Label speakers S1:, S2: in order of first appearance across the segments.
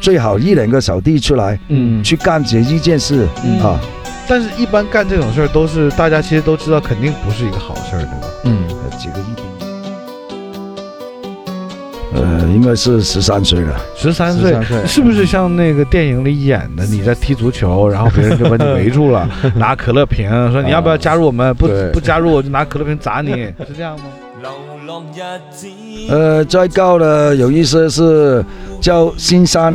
S1: 最好一两个小弟出来
S2: 嗯，
S1: 去干这一件事
S2: 嗯
S1: 啊。
S3: 但是，一般干这种事儿都是大家其实都知道，肯定不是一个好事儿，对吧？
S2: 嗯
S1: 呃，这个一定。呃，应该是十三岁了，
S3: 十三
S2: 13
S3: 岁
S2: 岁
S3: 是不是像那个电影里演的，你在踢足球，然后别人就把你围住 了，拿可乐瓶说你要不要加入我们？不
S2: 对
S3: 不加入我就拿可乐瓶砸你， 是这样吗？
S4: 流浪日子，
S1: 呃，再高的有意思是叫新山，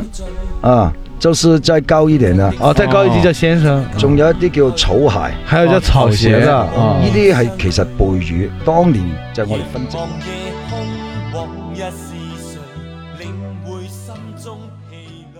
S1: 啊，就是再高一点的，啊
S3: 哦，再高一级叫先生，嗯
S1: 仲有一啲叫草鞋，
S3: 还有叫草鞋的
S2: 草鞋哦
S3: 啊。
S1: 呢啲係其實背語，當年就係我哋分析。
S4: 望夜空，往日是谁，领会心中气馁。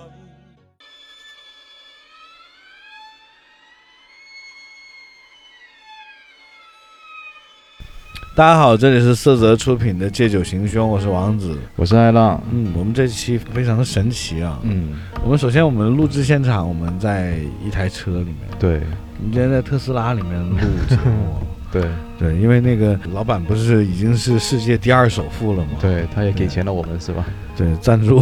S3: 大家好，这里是色泽出品的《借酒行凶》，我是王子。
S2: 我是艾浪，
S3: 嗯，我们这期非常神奇啊！
S2: 嗯，
S3: 我们首先我们录制现场，我们在一台车里面，
S2: 对
S3: 我们今天在特斯拉里面 录节目。啊
S2: 对
S3: 对，因为那个老板不是已经是世界第二首富了吗？
S2: 对，他也给钱了我们是吧？
S3: 对，赞 助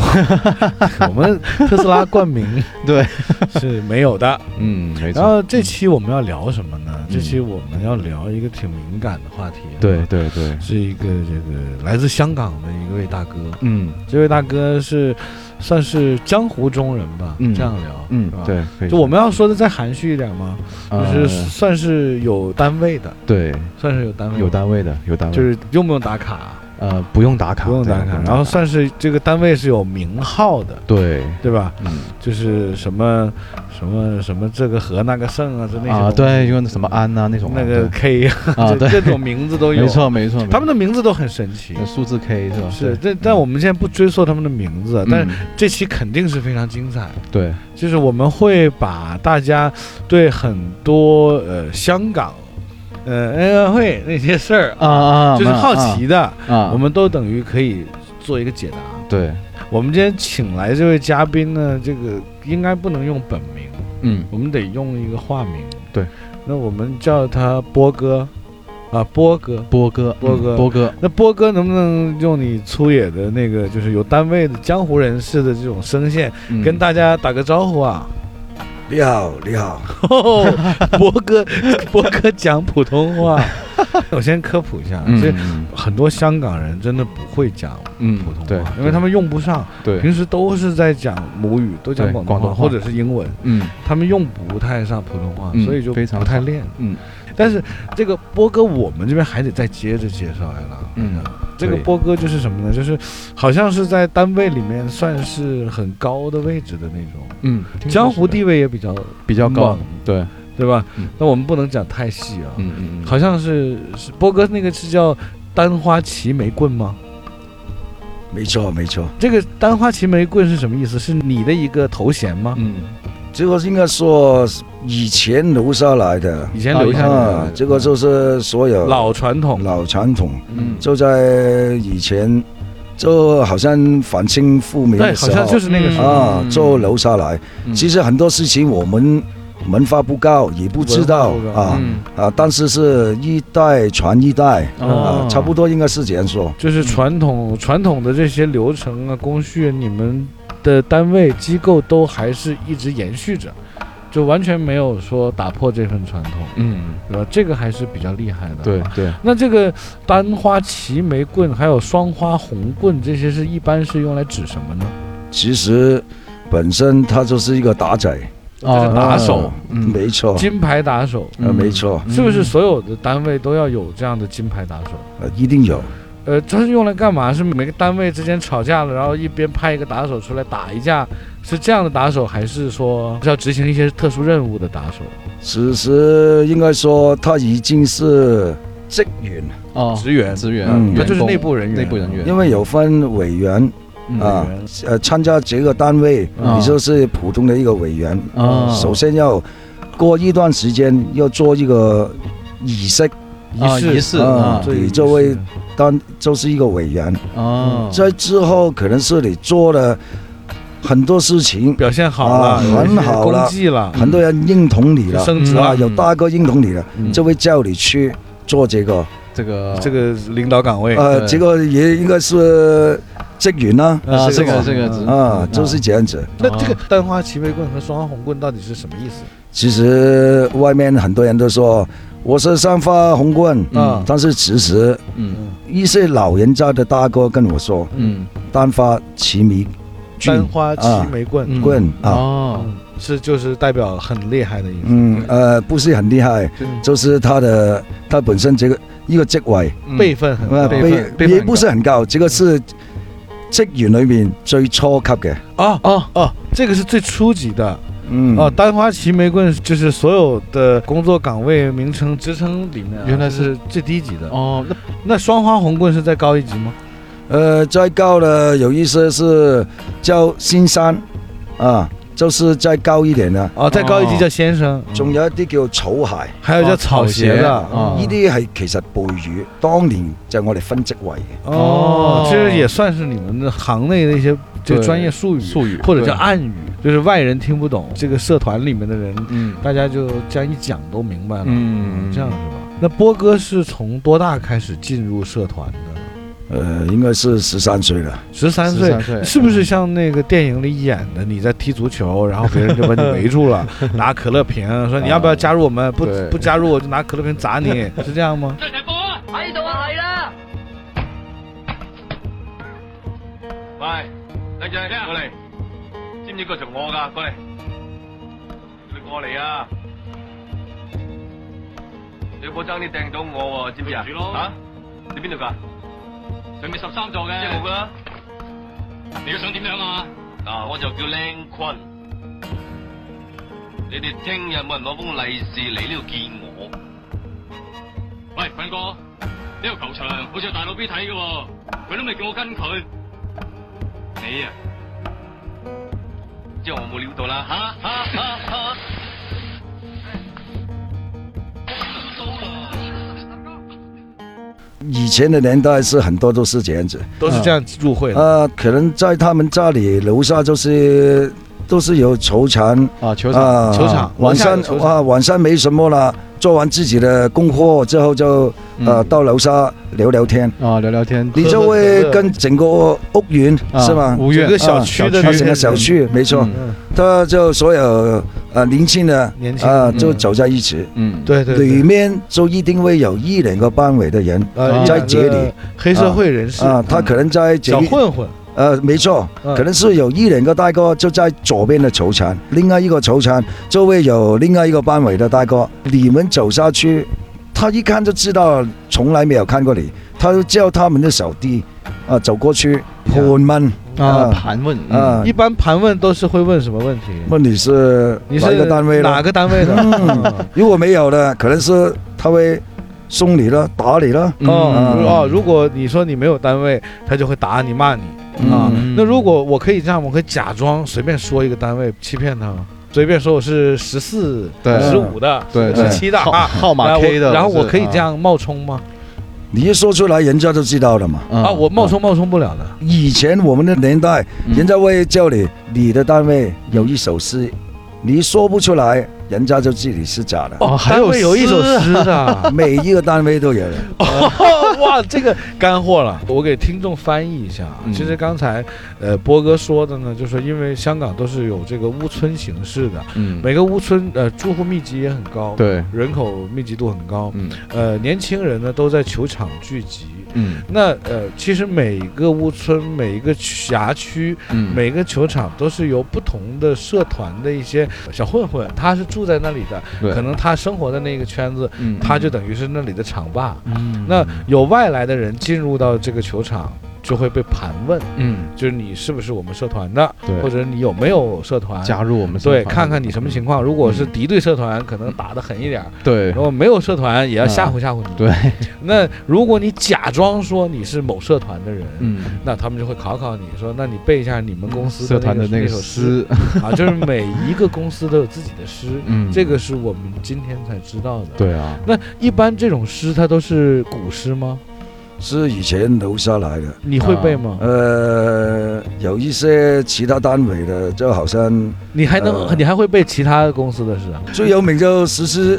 S3: 我们特斯拉冠名
S2: 对
S3: 是没有的。
S2: 嗯，没
S3: 然
S2: 错，嗯
S3: 后这期我们要聊什么呢？这期我们要聊一个挺敏感的话题。啊
S2: 对，对对，
S3: 是一个这个来自香港的一位大哥，
S2: 嗯
S3: 这位大哥是算是江湖中人吧，
S2: 嗯
S3: 这样聊，
S2: 嗯
S3: 是吧，。
S2: 对，可以
S3: 就我们要说的再含蓄一点吗？就
S2: 呃
S3: 是算是有单位的，
S2: 对
S3: 算是有单位的，
S2: 有单位的有单位，
S3: 就是用不用打卡？
S2: 呃不用打卡，
S3: 不用
S2: 对
S3: 打卡，然后算是这个单位是有名号的，
S2: 对，
S3: 对吧？
S2: 嗯
S3: 就是什么什么什么这个和那个胜啊，就那些
S2: 啊
S3: 东西
S2: 对，用什么安呐那种啊
S3: 那个 K 啊，
S2: 对啊
S3: 这
S2: 对，
S3: 这种名字都有，
S2: 没，错没错，
S3: 他们的名字都很神奇
S2: 有。数字 K 是吧？
S3: 是，
S2: 对
S3: 但但我们现在不追溯他们的名字，啊但是
S2: 嗯
S3: 这期肯定是非常精彩的。
S2: 对
S3: 就是我们会把大家对很多呃香港呃恩怨会那些事儿，
S2: 啊啊，
S3: 就是
S2: 我们
S3: 好奇的，
S2: 啊啊，
S3: 我们都等于可以做一个解答。
S2: 对，
S3: 我们今天请来这位嘉宾呢，这个应该不能用本名，
S2: 嗯
S3: 我们得用一个化名。
S2: 对，
S3: 那我们叫他波哥，啊，波哥。
S2: 波哥
S3: 波
S2: 嗯
S3: 哥
S2: 波哥
S3: 那波哥能不能用你粗野的那个，就是有单位的江湖人士的这种声线，
S2: 嗯
S3: 跟大家打个招呼 啊？
S1: 你好，你好，
S3: 哦，波哥，波哥讲普通 话。我先科普一下，
S2: 嗯
S3: 这
S2: 嗯
S3: 很多香港人真的不会讲
S2: 嗯
S3: 普通
S2: 对
S3: 话，，因为他们用不上，
S2: 对
S3: 平时都是在讲母语，都讲
S2: 对
S3: 广
S2: 广
S3: 东话
S2: 东
S3: 或
S2: 话
S3: 者是英文，
S2: 嗯
S3: 他们用不太上普通话，
S2: 嗯
S3: 所以就
S2: 非常
S3: 不太练。
S2: 嗯，
S3: 但是这个波哥，我们这边还得再接着介绍一了。
S2: 嗯，
S3: 这个
S2: 对
S3: 波哥就是什么呢？就是好像是在单位里面算是很高的位置的那种，
S2: 嗯，
S3: 江湖地位也比较，
S2: 比较高
S3: 猛，
S2: 对，
S3: 对吧
S2: 嗯？
S3: 那我们不能讲太细啊。
S2: 嗯嗯嗯，
S3: 好像是是波哥那个是叫单花齐眉棍吗？
S1: 没错没错，
S3: 这个单花齐眉棍是什么意思？是你的一个头衔吗？
S2: 嗯，
S1: 这个应该说以前留下来的
S3: 以前留下来的、
S1: 啊，这个就是所有
S3: 老传统，
S1: 老传统，
S2: 嗯
S1: 就在以前，就好像反清复明
S3: 对，
S1: 的
S3: 好
S1: 时
S3: 像就
S1: 候
S3: 是那个时候。
S1: 啊
S2: 嗯，
S1: 就留下来。
S2: 嗯
S1: 其实很多事情我们文化不高，也不知道
S3: 文化不高
S1: 啊
S2: 嗯
S1: 啊，但是是一代传一代
S2: 哦
S1: 啊，差不多应该是这样说。
S3: 就是传
S2: 嗯
S3: 统传统的这些流程啊、工序，你们的单位机构都还是一直延续着，就完全没有说打破这份传统，
S2: 嗯，
S3: 对吧？这个还是比较厉害的。
S2: 对。对，
S3: 那这个单花齐眉棍还有双花红棍，这些是一般是用来指什么呢？
S1: 其实本身他就是一个打仔，
S3: 哦就是打手
S1: 啊
S2: 嗯
S1: 没错，
S3: 金牌打手，
S1: 呃，没错，
S3: 是不是所有的单位都要有这样的金牌打手？
S1: 呃，一定有，
S3: 呃，它是用来干嘛？是每个单位之间吵架了，然后一边派一个打手出来打一架，是这样的打手，还是说是要执行一些特殊任务的打手？
S1: 其实应该说他已经是职员，
S2: 哦，
S3: 职员
S2: 职员
S1: 嗯，
S3: 那
S2: 员
S3: 就是
S2: 工
S3: 内部人员，
S2: 内部人员，
S1: 因为有分委员
S2: 嗯
S1: 啊
S3: 委员，
S1: 呃，参加这个单位，
S2: 啊
S1: 你就是普通的一个委员，
S2: 啊
S1: 首先要过一段时间要做一个仪式，
S2: 啊
S3: 仪
S2: 仪
S3: 式
S2: 式
S1: 啊
S2: 啊
S3: 这
S1: 你
S3: 仪
S1: 作为
S3: 式
S1: 当就是一个委员，
S2: 啊，
S1: 在之后可能是你做了很多事
S2: 嗯
S1: 情，
S3: 表现好了，
S1: 啊
S3: 有一些
S1: 很好了
S3: 功绩了，
S1: 很多人认同你
S3: 就
S1: 了，
S3: 升职
S1: 啊，
S3: 了
S2: 嗯，
S1: 有大哥认同你了，
S2: 嗯
S1: 就会叫你去做这个。
S2: 这个
S3: 嗯这个领导岗位，
S1: 呃，
S2: 对
S1: 这个也应该是职员啦，
S2: 啊，
S3: 是
S2: 这
S3: 个
S2: 个这个
S3: 嗯
S2: 只
S1: 啊，就是这样子。
S3: 那这个
S2: 蛋花齐眉棍和双花红棍到底是什么意思？
S1: 其实外面很多人都说我是三花红棍，
S3: 啊
S2: 嗯
S1: 但是其实
S2: 嗯
S1: 一些老人家的大哥跟我说，
S2: 嗯
S1: 单发齐米
S5: 单
S1: 菌
S5: 花齐眉棍，
S2: 嗯
S1: 棍啊，
S2: 哦，
S5: 嗯是就是代表很厉害的意思。
S1: 嗯呃不是很厉害，就是他的他本身这个一个职位，
S2: 嗯
S5: 辈分很高，
S1: 呃
S2: 辈
S1: 不
S2: 分辈分
S1: 也
S2: 很高
S1: 不是很高，这个是职员里面最初级嘅，
S3: 啊
S2: 哦
S3: 哦，这个是最初级的
S1: 嗯
S3: 哦。单花齐眉棍就是所有的工作岗位名称职称里面啊，
S2: 原来
S3: 是最低级的。
S2: 哦，那
S3: 那双花红棍是再高一级吗？
S1: 呃再高的有一些是叫先生啊，就是再高一点的，
S3: 哦，再高一级
S2: 哦
S3: 叫先生，
S1: 仲有一啲叫草鞋。
S3: 还有叫草鞋的。
S2: 哦
S1: 呢啲係其實背語，當年就係我哋分職位嘅。
S3: 哦
S2: 哦，
S3: 其实也算是你们的行内的一些这个
S2: 对
S3: 专业术语，
S2: 术语
S3: 或者叫
S2: 对
S3: 暗语，就是外人听不懂，这个社团里面的人，
S2: 嗯
S3: 大家就这样一讲都明白了，
S2: 嗯
S3: 这样是吧？那波哥是从多大开始进入社团的？
S1: 誒、應該呃是十三歲啦。
S3: 十三岁
S2: 13。岁
S3: 是不是像那个电影里演的，你在踢足球，然后别人就把你围 住了，拿可乐瓶说你要不要加入我们？
S1: 啊
S3: 不
S2: 对
S3: 不加入我就拿可乐瓶砸你，是这 样吗？
S6: 喺度啊，嚟啦！
S7: 喂，等陣，過嚟，知唔知嗰條我㗎？啊過嚟，你過嚟啊！你冇爭啲掟到我喎，知唔知啊？住咯，你邊度㗎？上面十三座嘅，即係我㗎啦。你要想點樣啊？嗱，我就叫靚坤，你哋聽日冇人攞封利是嚟呢度見我。喂，坤哥，呢個球場好似有大佬 B 睇嘅喎，佢都未叫我跟佢。你啊，即系我冇料到啦，吓吓吓吓！哎
S1: 以前的年代是很多都是這樣子，
S3: 都是这样入会的。
S1: 啊，可能在他們家里樓下就是都是有球場
S2: 啊，球场
S1: 啊，
S3: 球场
S1: 晚
S3: 楼下
S1: 上
S3: 有球场
S1: 啊晚上沒什麼啦，做完自己的功課之後就呃、
S2: 嗯
S1: 到樓下聊聊天，
S2: 啊，聊聊天，
S1: 你就
S3: 喝
S1: 會
S3: 喝可樂
S1: 跟整個屋苑、
S2: 啊
S1: 是嗎？
S2: 五月
S3: 整个小区的
S1: 啊，
S3: 这
S1: 整
S3: 些
S1: 個小
S3: 人
S1: 區沒錯，
S3: 嗯
S1: 他就所有呃年輕的
S3: 年轻
S1: 啊
S3: 人
S1: 就
S2: 嗯
S1: 走在一起。
S2: 嗯，
S3: 对对
S1: 里
S3: 对，
S1: 面就一定会有一两个班委的人，
S3: 呃，
S1: 在节里
S3: 黑社会人士
S1: 啊，他可能在这
S3: 嗯小
S1: 里，
S3: 混混，
S1: 呃，没错，
S3: 嗯
S1: 可能是有一两个大哥就在左边的球场，另外一个球场就会有另外一个班委的大哥，你们走下去，他一看就知道从来没有看过你，他就叫他们的小弟啊走过去盘问
S2: 啊，
S1: 啊
S2: 盘问啊，
S1: 啊
S3: 一，般盘问都是会问什么问题？
S1: 问你是
S3: 你
S1: 哪
S3: 是
S1: 一个单位
S3: 哪
S1: 了，
S3: 个单位的？
S1: 嗯如果没有的，可能是他会送你了，打你了。
S2: 嗯
S3: 哦
S1: 嗯
S3: 哦，如果你说你没有单位，他就会打你骂你啊
S2: 嗯。
S3: 那如果我可以这样，我可以假装随便说一个单位欺骗他吗？随便说我是十四、
S2: 对
S3: 十五的、
S2: 对对
S3: 十七的
S2: 号
S3: 啊，
S2: 号码
S3: 然后
S2: K 的，
S3: 然后
S2: 或
S3: 我
S2: 者
S3: 可以这样冒充吗？
S1: 你一说出来，人家就知道了嘛。
S2: 啊
S3: 啊，我冒充冒充不了的。
S1: 以前我们的年代，人家会叫你，你的单位有一首诗，你说不出来，人家就知你是假的。。
S2: 哦还
S3: 单
S2: 有
S3: 位有一首诗
S2: 诗
S3: 的
S1: 每一个单位都有的。
S3: 哦哇，这个干货了！我给听众翻译一下啊。
S2: 嗯
S3: 其实刚才，呃，波哥说的呢，就是因为香港都是有这个屋村形式的，
S2: 嗯，
S3: 每个屋村呃住户密集也很高，，
S2: 对，
S3: 人口密集度很高，
S2: 嗯
S3: 呃，年轻人呢都在球场聚集。
S2: 嗯
S3: 那呃，其实每个屋村、每一个辖区、
S2: 嗯，
S3: 每个球场都是由不同的社团的一些小混混，他是住在那里的，
S2: 对
S3: 可能他生活的那个圈子，
S2: 嗯
S3: 他就等于是那里的场霸。
S2: 嗯
S3: 那有外来的人进入到这个球场，就会被盘问，
S2: 嗯
S3: 就是你是不是我们社团的，
S2: 对
S3: 或者你有没有社团。
S2: 加入我们社
S3: 对，
S2: 团
S3: 看看你什么情况。如果是
S2: 嗯
S3: 敌对社团，可能打得狠一点儿；
S2: 对
S3: 如果没有社团，也要吓唬吓唬你。
S2: 嗯对，
S3: 那如果你假装说你是某社团的人，
S2: 嗯
S3: 那他们就会考考你说，那你背一下你们公司
S2: 社团的
S3: 那
S2: 那个
S3: 首诗
S2: 诗，
S3: 啊，就是每一个公司都有自己的诗，
S2: 嗯
S3: 这个是我们今天才知道的。，
S2: 对啊，
S3: 那一般这种诗它都是古诗吗？
S1: 是以前留下来的，
S3: 你会背吗？
S2: 啊
S1: 呃，有一些其他单位的，就好像
S3: 你还能、
S1: 呃
S3: 你还会背其他公司的诗啊？呃
S1: 最有名就实施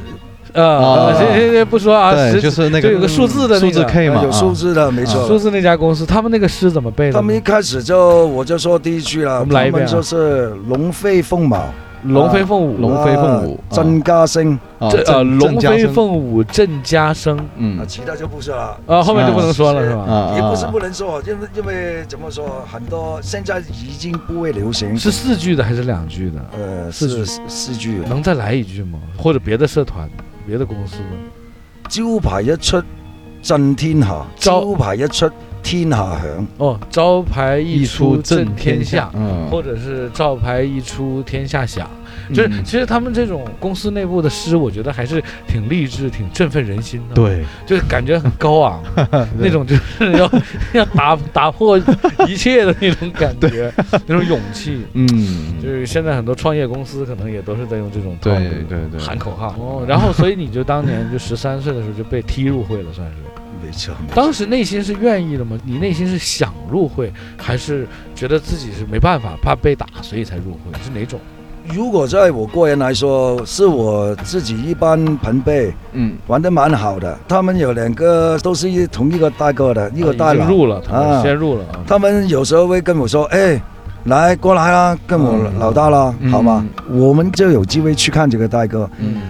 S8: 啊，
S2: 啊
S8: 先先先不说啊，
S2: 对，
S8: 实
S2: 就是那
S8: 就
S2: 个啊
S8: 有个数字的那
S2: 数
S8: 个
S2: 字 K 嘛，
S1: 呃有数字的，没错。
S8: 啊数字那家公司，他们那个诗怎么背的
S1: 他们
S8: 呢？
S1: 一开始就我就说第一句了，
S8: 我们来一遍啊
S1: 他们就是龙飞凤舞，
S8: 龙飞凤舞，
S2: 龙飞凤舞
S1: 啊郑家声，
S2: 啊
S8: 这呃
S2: 郑
S8: 龙
S2: 郑家
S8: 飞
S2: 声
S8: 凤舞郑家声
S2: 嗯
S1: 啊，其他就不说了。
S8: 啊，后面就不能说了是吧？
S2: 啊
S1: 也不是不能说，因为因为怎么说，很多现在已经不会流
S2: 啊
S1: 行，
S8: 是四句的还是两句的？
S1: 呃，
S8: 是
S1: 是四句，啊
S8: 能再来一句吗？或者别的社团、别的公司呢？
S1: 招牌一出震天下，
S8: 招
S1: 招牌一出天下响，
S8: 哦，招牌一
S2: 一
S8: 出
S2: 出
S8: 震
S2: 震
S8: 天
S2: 天
S8: 下
S2: 下，，嗯
S8: 或者是招牌一出天下响。就是
S2: 嗯
S8: 其实他们这种公司内部的诗，我觉得还是挺励志、挺振奋人心的。，
S2: 对，
S8: 就是感觉很高 昂，那种就是要 要打打破一切的那种感觉，那种勇气。
S2: 嗯，
S8: 就是现在很多创业公司可能也都是在用这种套路
S2: 对对对，
S8: 喊口号。哦，然后所以你就当年就十三岁的时候就被踢入会了，算是。
S1: 没错。
S8: 当时内心是愿意的吗？你内心是想入会，还是觉得自己是没办法，怕被打，所以才入会？是哪种？
S1: 如果在我个人来说，是我自己一般朋辈
S2: 嗯
S1: 玩得蛮好的，他们有两个都是一同一个大哥的，一个大
S8: 啊已经
S1: 佬，
S8: 入了，他们
S1: 啊
S8: 先入了啊。
S1: 他们有时候会跟我说：“哎，来过来啦，跟我
S2: 嗯
S1: 老大啦，
S2: 嗯
S1: 好吗？”我们就有机会去看这个大哥。
S2: 嗯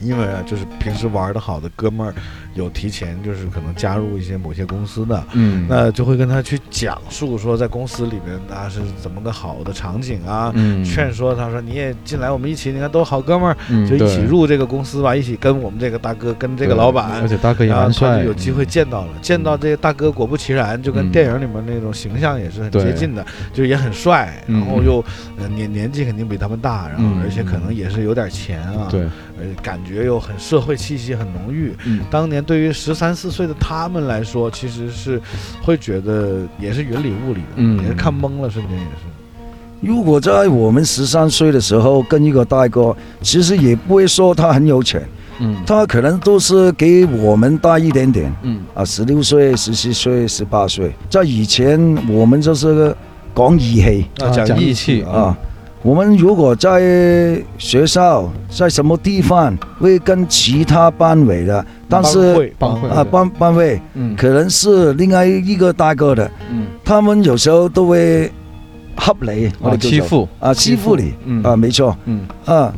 S3: 因为啊，就是平时玩的好的哥们儿，有提前就是可能加入一些某些公司的，
S2: 嗯，
S3: 那就会跟他去讲述说在公司里面大家是怎么个好的场景啊，
S2: 嗯
S3: 劝说他说你也进来，我们一起，你看都好哥们儿，
S2: 嗯
S3: 就一起
S2: 对
S3: 入这个公司吧，一起跟我们这个大哥，跟这个
S2: 对
S3: 老板
S2: 而。且大哥也
S3: 然后
S2: 蛮
S3: 他
S2: 帅，
S3: 就有机会见到了，见到这个大哥，果不其然，就跟
S2: 嗯
S3: 电影里面那种形象也是很
S2: 对
S3: 接近的，就也很帅，
S2: 嗯
S3: 然后又呃年年纪肯定比他们大，然后
S2: 嗯
S3: 而且可能也是有点钱啊
S2: 嗯，，对，
S3: 而且感觉又很社会气息很浓郁。
S2: 嗯
S3: 当年对于十三四岁的他们来说，其实是会觉得也是云里雾里的，
S2: 嗯
S3: 也是看懵了，瞬间也是，
S1: 如果在我们十三岁的时候跟一个大哥，其实也不会说他很有钱，
S2: 嗯
S1: 他可能都是给我们大一点点
S2: 嗯
S1: 啊，十六岁、十七岁、十八岁。在以前，我们就是讲义气
S2: 啊讲义
S3: 义
S2: 气
S1: 啊。我们如果在学校，在什么地方会跟其他班委的，但是
S2: 帮会
S1: 啊，班班委
S2: 嗯
S1: 可能是另外一个大哥的，
S2: 嗯
S1: 他们有时候都会恰你，我
S2: 啊
S1: 哋叫做
S2: 欺负
S1: 啊欺负你
S2: 嗯
S1: 啊，没错
S2: 嗯
S1: 啊，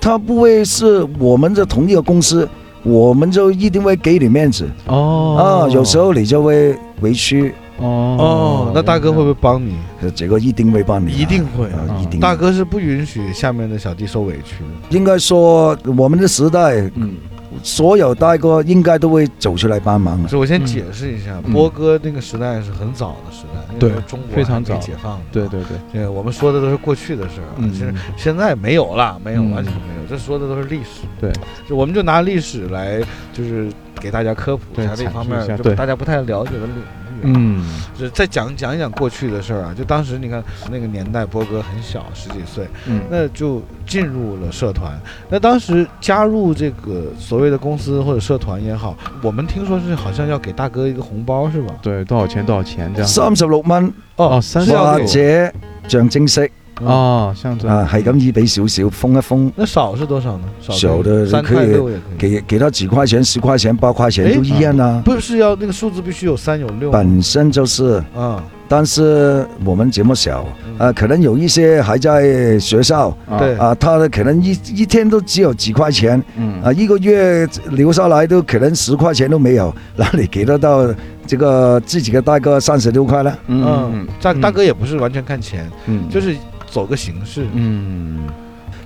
S1: 他不会是我们的同一个公司，我们就一定会给你面子
S2: 哦
S1: 啊，有时候你就会委屈，
S2: 哦
S3: 哦，那大哥会不会帮你？
S1: 呃结果一定会帮你啊，
S3: 一定会
S1: 啊，一定。
S3: 大哥是不允许下面的小弟受委屈的。
S1: 应该说我们的时代，
S2: 嗯
S1: 所有大哥应该都会走出来帮忙的。
S3: 是我先解释一下，
S2: 嗯
S3: 波哥那个时代是很早的时代，那
S2: 对
S3: 时候中国
S2: 非常
S3: 还没
S2: 早
S3: 解放的，
S2: 对。对对
S3: 这个我们说的都是过去的事儿啊，
S2: 嗯
S3: 其实现在没有了，没有，
S2: 嗯
S3: 完全没有。这说的都是历史，
S2: 对，
S3: 就我们就拿历史来，就是给大家科普一下
S2: 对
S3: 这方
S2: 阐述一下
S3: 面，就
S2: 对
S3: 大家不太了解的领域。，啊
S2: 嗯
S3: 就是再讲讲一讲过去的事儿啊。就当时你看那个年代，波哥很小，十几岁，
S2: 嗯
S3: 那就进入了社团。那当时加入这个所谓的公司或者社团也好，我们听说是好像要给大哥一个红包是吧？
S2: 对多少钱多少钱这样子
S1: 三十六蚊
S2: 哦三十
S3: 啊是要
S1: 或
S3: 给
S1: 者象征式
S2: 哦象征
S1: 啊，系咁意俾少少，封一封。
S3: 那少是多少呢？少
S1: 少的
S3: 三
S1: 可
S3: 块
S1: 以
S3: 六也可以，
S1: 给给他几块钱、十块钱、八块钱
S3: 诶
S1: 都一样啊。
S3: 不是要那个数字必须有三有六吗
S1: 本身就是，
S3: 啊？
S1: 但是我们节目小，呃，可能有一些还在呃学校
S2: 啊
S3: 对
S1: 啊，他可能一一天都只有几块钱
S2: 嗯
S1: 啊，一个月留下来都可能十块钱都没有，哪里给得到这个自己的大哥三十六块呢？
S3: 嗯，大大哥也不是完全看钱，
S2: 嗯
S3: 就是是走个形式。
S2: 嗯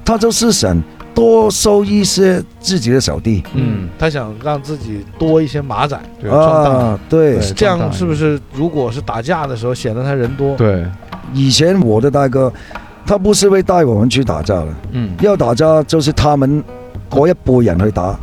S1: 他就是想多收一些自己的小弟
S2: 嗯
S3: 他想让自己多一些马仔，
S2: 对
S3: 壮大
S1: 啊，对
S2: 对，
S3: 这样
S2: 壮大
S3: 是不是？如果是打架的时候，显得他人多，
S2: 对
S1: 以前我的大哥，他不是会带我们去打架的。
S2: 嗯
S1: 要打架就是他们嗰一辈人去打，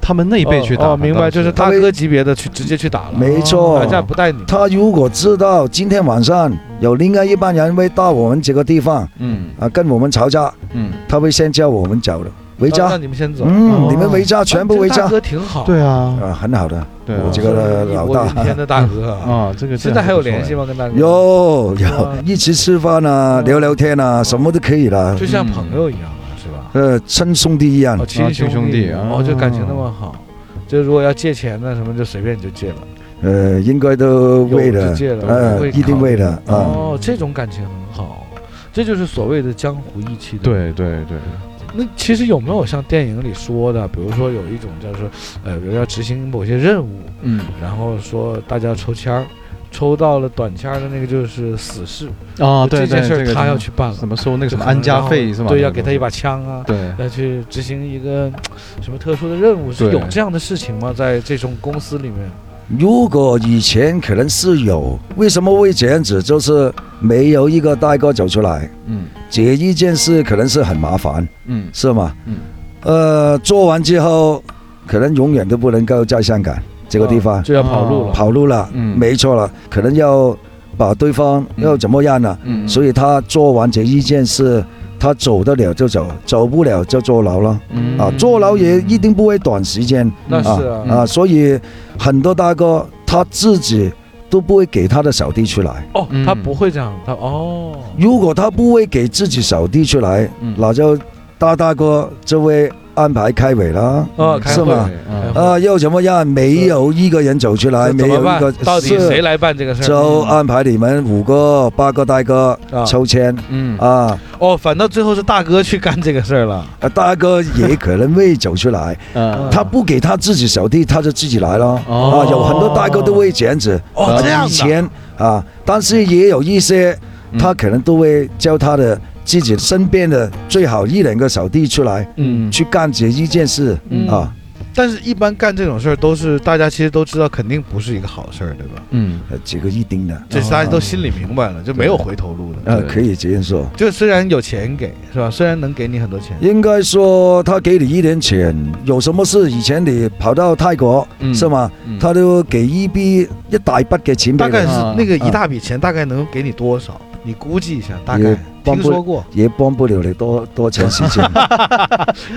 S2: 他们那一辈去打
S3: 哦，哦明白，就是
S1: 他
S3: 大
S1: 会
S3: 哥级别的去直接去打了，
S1: 没错
S3: 打。
S8: 哦
S3: 架不带你。
S1: 他如果知道今天晚上有另外一帮人会到我们这个地方
S2: 嗯
S1: 啊跟我们吵架，
S2: 嗯
S1: 他会先叫我们走的，回
S3: 那
S1: 家。
S3: 你们先走。
S1: 嗯，
S2: 哦
S1: 你们回家，全部回
S3: 这个
S1: 家
S3: 大。哥挺好，
S2: 对啊
S1: 啊，很好的，
S2: 对
S1: 我这个
S3: 一
S1: 老
S3: 国云天
S1: 大。
S3: 的大哥啊，
S2: 啊这个
S3: 现在还有联系吗？跟大哥？，
S1: 有
S3: 哇
S8: 哦
S1: 有，一起吃饭啊，聊聊天啊，什么都可以的。
S3: 就像朋友一样啊，是吧？
S8: 啊？
S1: 呃，亲兄弟一样
S8: 哦，，亲
S2: 亲兄弟嗯啊
S8: 哦，就感情那么好，就如果要借钱呢，什么就随便你就借了，
S1: 呃，应该都为
S8: 有
S1: 了
S8: 就借，了不
S1: 呃，
S8: 会
S1: 一定为了啊。
S8: 哦，这种感情很好，这就是所谓的江湖义气的。，
S2: 对对对，
S8: 那其实有没有像电影里说的，比如说有一种叫做，呃，比如要执行某些任务，
S2: 嗯
S8: 然后说大家抽签儿，抽到了短签儿的那个就是死士，
S2: 啊，
S8: 就这
S2: 对
S8: 件
S2: 对，
S8: 事
S2: 这
S8: 儿
S2: 个
S8: 他要
S2: 什么
S8: 去办了，
S2: 什么收那个
S8: 就
S2: 什么
S8: 可能
S2: 安家费
S8: 要
S2: 是吧？
S8: 对，要给他一把枪啊，
S2: 对，
S8: 要去执行一个什么特殊的任务，是
S2: 对
S8: 有这样的事情吗？在这种公司里面，
S1: 如果以前可能是有，为什么会这样子？就是没有一个大哥走出来，
S2: 嗯
S1: 这一件事可能是很麻烦，
S2: 嗯
S1: 是吗？
S2: 嗯，
S1: 呃，做完之后，可能永远都不能够在香港这个地方、
S8: 啊就要跑路了，
S1: 跑路了，
S2: 哦嗯
S1: 没错了，可能要把对方
S2: 嗯
S1: 要怎么样呢？
S2: 嗯，
S1: 所
S2: 以
S1: 以他做完这一件事，他走得了就走，走不了就坐牢了。
S2: 嗯
S1: 啊，坐牢也一定不会短时间
S8: 那是
S1: 啊
S8: 啊
S1: 啊，所以很多大哥他自己都不会给他的小弟出来。
S8: 哦，
S2: 嗯
S8: 他不会这样，他哦，
S1: 如果他不会给自己小弟出来，
S2: 嗯
S1: 那就大大哥就会安排开委了。
S3: 哦
S8: 呃，开
S1: 是
S8: 会
S1: 吗
S8: 嗯
S1: 啊，又怎么样？没有一个人走出来，
S8: 那
S1: 没
S8: 怎
S1: 有
S8: 么
S1: 一
S8: 办
S1: 个？
S8: 到底
S1: 是
S8: 谁来办这个事儿？嗯
S1: 就安排你们五个、八个大哥
S8: 啊
S1: 抽签
S2: 嗯
S1: 啊。
S8: 哦，反倒最后是大哥去干这个事儿了。
S1: 啊，大哥也可能会走出来，
S2: 嗯
S1: 他不给他自己小弟，他就自己来了。啊，
S2: 哦
S1: 有很多大哥都会这样子。
S8: 哦，这样
S1: 以
S8: 的。嗯
S1: 前啊，但是也有一些，他可能都会叫他的自己身边的最好一两个小弟出来
S2: 嗯
S1: 去干这一件事
S2: 嗯
S1: 啊。
S3: 但是，一般干这种事儿都是大家其实都知道，肯定不是一个好事儿，对吧？
S2: 嗯
S1: 呃，这个一定的，
S3: 这是大家都心里明白了，就没有回头路的。
S1: 呃，可以这样说。
S3: 就虽然有钱给是吧？虽然能给你很多钱，
S1: 应该说他给你一点钱，有什么事？以前你跑到泰国、
S2: 嗯
S1: 是吗？
S2: 嗯
S1: 他都给一笔一大笔嘅钱俾
S3: 大
S1: 你，
S3: 概是
S2: 啊
S3: 那个一大笔钱大概能给你多少？你估计一下，大概
S1: 也帮
S3: 听
S1: 不
S3: 说过，
S1: 也帮不了你多多长时间啊，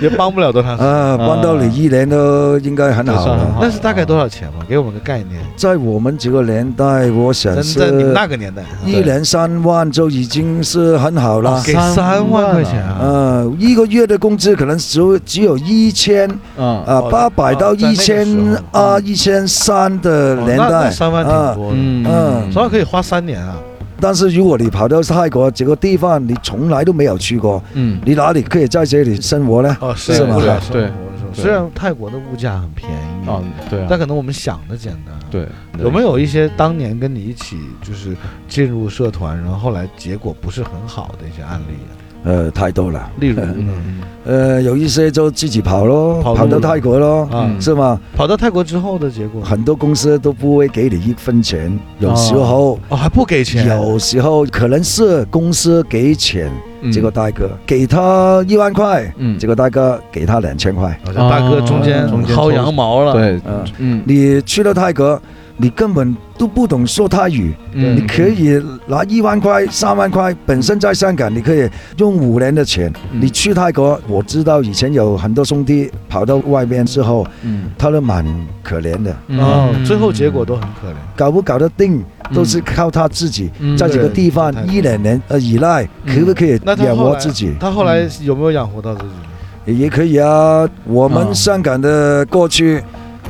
S3: 也帮不了多长时间。
S1: 帮到你一年都应该很好
S2: 也算很
S1: 了
S2: 好。
S3: 那是大概多少钱嘛？给我们个概念。
S1: 在我们这个年代，我想
S3: 咱在你们
S1: 是
S3: 那个年代，
S1: 一年三万就已经是很好了。
S3: 给三万块钱啊
S1: 呃，一个月的工资可能只有只有一千
S2: 嗯
S1: 啊，八百到
S3: 哦在那
S1: 一
S3: 个时
S1: 千
S3: 候
S1: 啊，一千三的
S3: 哦
S1: 年
S3: 那那
S1: 代，
S3: 三万挺
S1: 啊
S3: 多的，
S2: 嗯
S3: 三万可以花三年啊。
S1: 但是如果你跑到泰国这个地方，你从来都没有去过，
S2: 嗯
S1: 你哪里可以在这里生活呢？
S3: 哦，
S1: 是
S3: 适应
S1: 吗
S3: 不了
S2: 对
S3: 生活的时候。
S2: 对
S3: 虽然泰国的物价很便
S1: 嗯
S3: 宜
S2: 啊，对
S3: 但
S2: 啊，
S3: 可能我们想的简单。，
S2: 对，
S3: 有没有一些当年跟你一起就是进入社团，然后后来结果不是很好的一些案例啊？
S1: 呃，太多了。
S3: 例如呢，
S2: 嗯
S1: 呃，有一些就自己跑咯，
S3: 跑
S1: 跑
S3: 路
S1: 到泰国咯，
S3: 啊
S2: 嗯
S1: 是吗？
S3: 跑到泰国之后的结果，
S1: 很多公司都不会给你一分钱，有时候、
S3: 哦，还不给钱，
S1: 有时候可能是公司给钱，
S2: 嗯
S1: 这个大哥给他一万块，
S2: 嗯
S1: 这个大哥给他两千块。
S3: 好像大哥中间
S2: 啊中间
S3: 薅
S2: 抽
S3: 羊毛了。
S2: 对
S1: 嗯、
S2: 嗯
S1: 你去了泰国，你根本都不懂说泰语，
S2: 嗯
S1: 你可以拿一万块、三万块，本身在香港你可以用五年的钱，
S2: 嗯
S1: 你去泰国，我知道以前有很多兄弟跑到外面之后，
S2: 嗯
S1: 他都蛮可怜的。
S3: 哦，最后结果都很可怜。
S1: 搞不搞得定，都是靠他自己，
S2: 嗯
S1: 在这个地方
S3: 对
S1: 一两年呃依赖，
S2: 嗯
S1: 可不可以
S3: 那他
S1: 养
S3: 后
S1: 活
S3: 来
S1: 自己？
S3: 他后来有没有养活到自己？
S1: 也可以啊。我
S2: 啊
S1: 们香港的过去，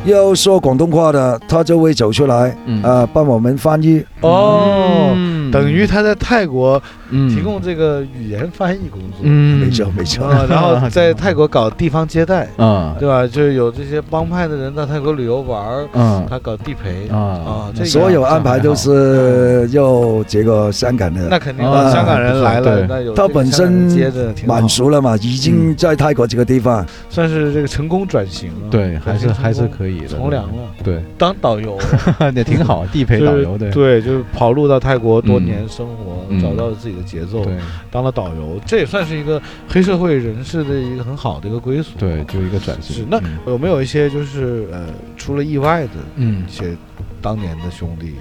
S1: 要说广东话的，他就会走出来
S2: 嗯
S1: 啊，帮我们翻译。
S3: 哦，等于他在泰国提
S2: 提
S3: 供这个语言翻译工作。
S2: 嗯
S1: 没错没错，
S3: 啊，然后在泰国搞地方接待，
S2: 啊
S3: 对吧？就是有这些帮派的人到泰国旅游玩儿，
S2: 嗯
S3: 他搞地陪
S2: 啊
S3: 啊，这个
S1: 所有安排都是要这个香港
S3: 那
S1: 的。
S3: 肯定
S2: 啊
S3: 的，香港人来了，
S2: 对
S3: 那有
S1: 他本身
S3: 这个香港人接着挺好嗯
S1: 满足了嘛，已经在泰国这个地方，
S3: 算是这个成功转型了，
S2: 对
S3: 转
S2: 还是
S3: 型成功
S2: 还是可以的
S3: 从良了，
S2: 对
S3: 当导 游
S2: 也挺好，地陪
S3: 就是
S2: 导游对
S3: 对，就是跑路到泰国多年生活
S2: 嗯，
S3: 找到了自己的节奏，
S2: 对
S3: 当了导游，这也算是一个黑社会人士的一个很好的一个归宿。
S2: 对，就一个转
S3: 是
S2: 型。
S3: 那嗯有没有一些就是呃出了意外的
S2: 嗯
S3: 一些当年的兄弟，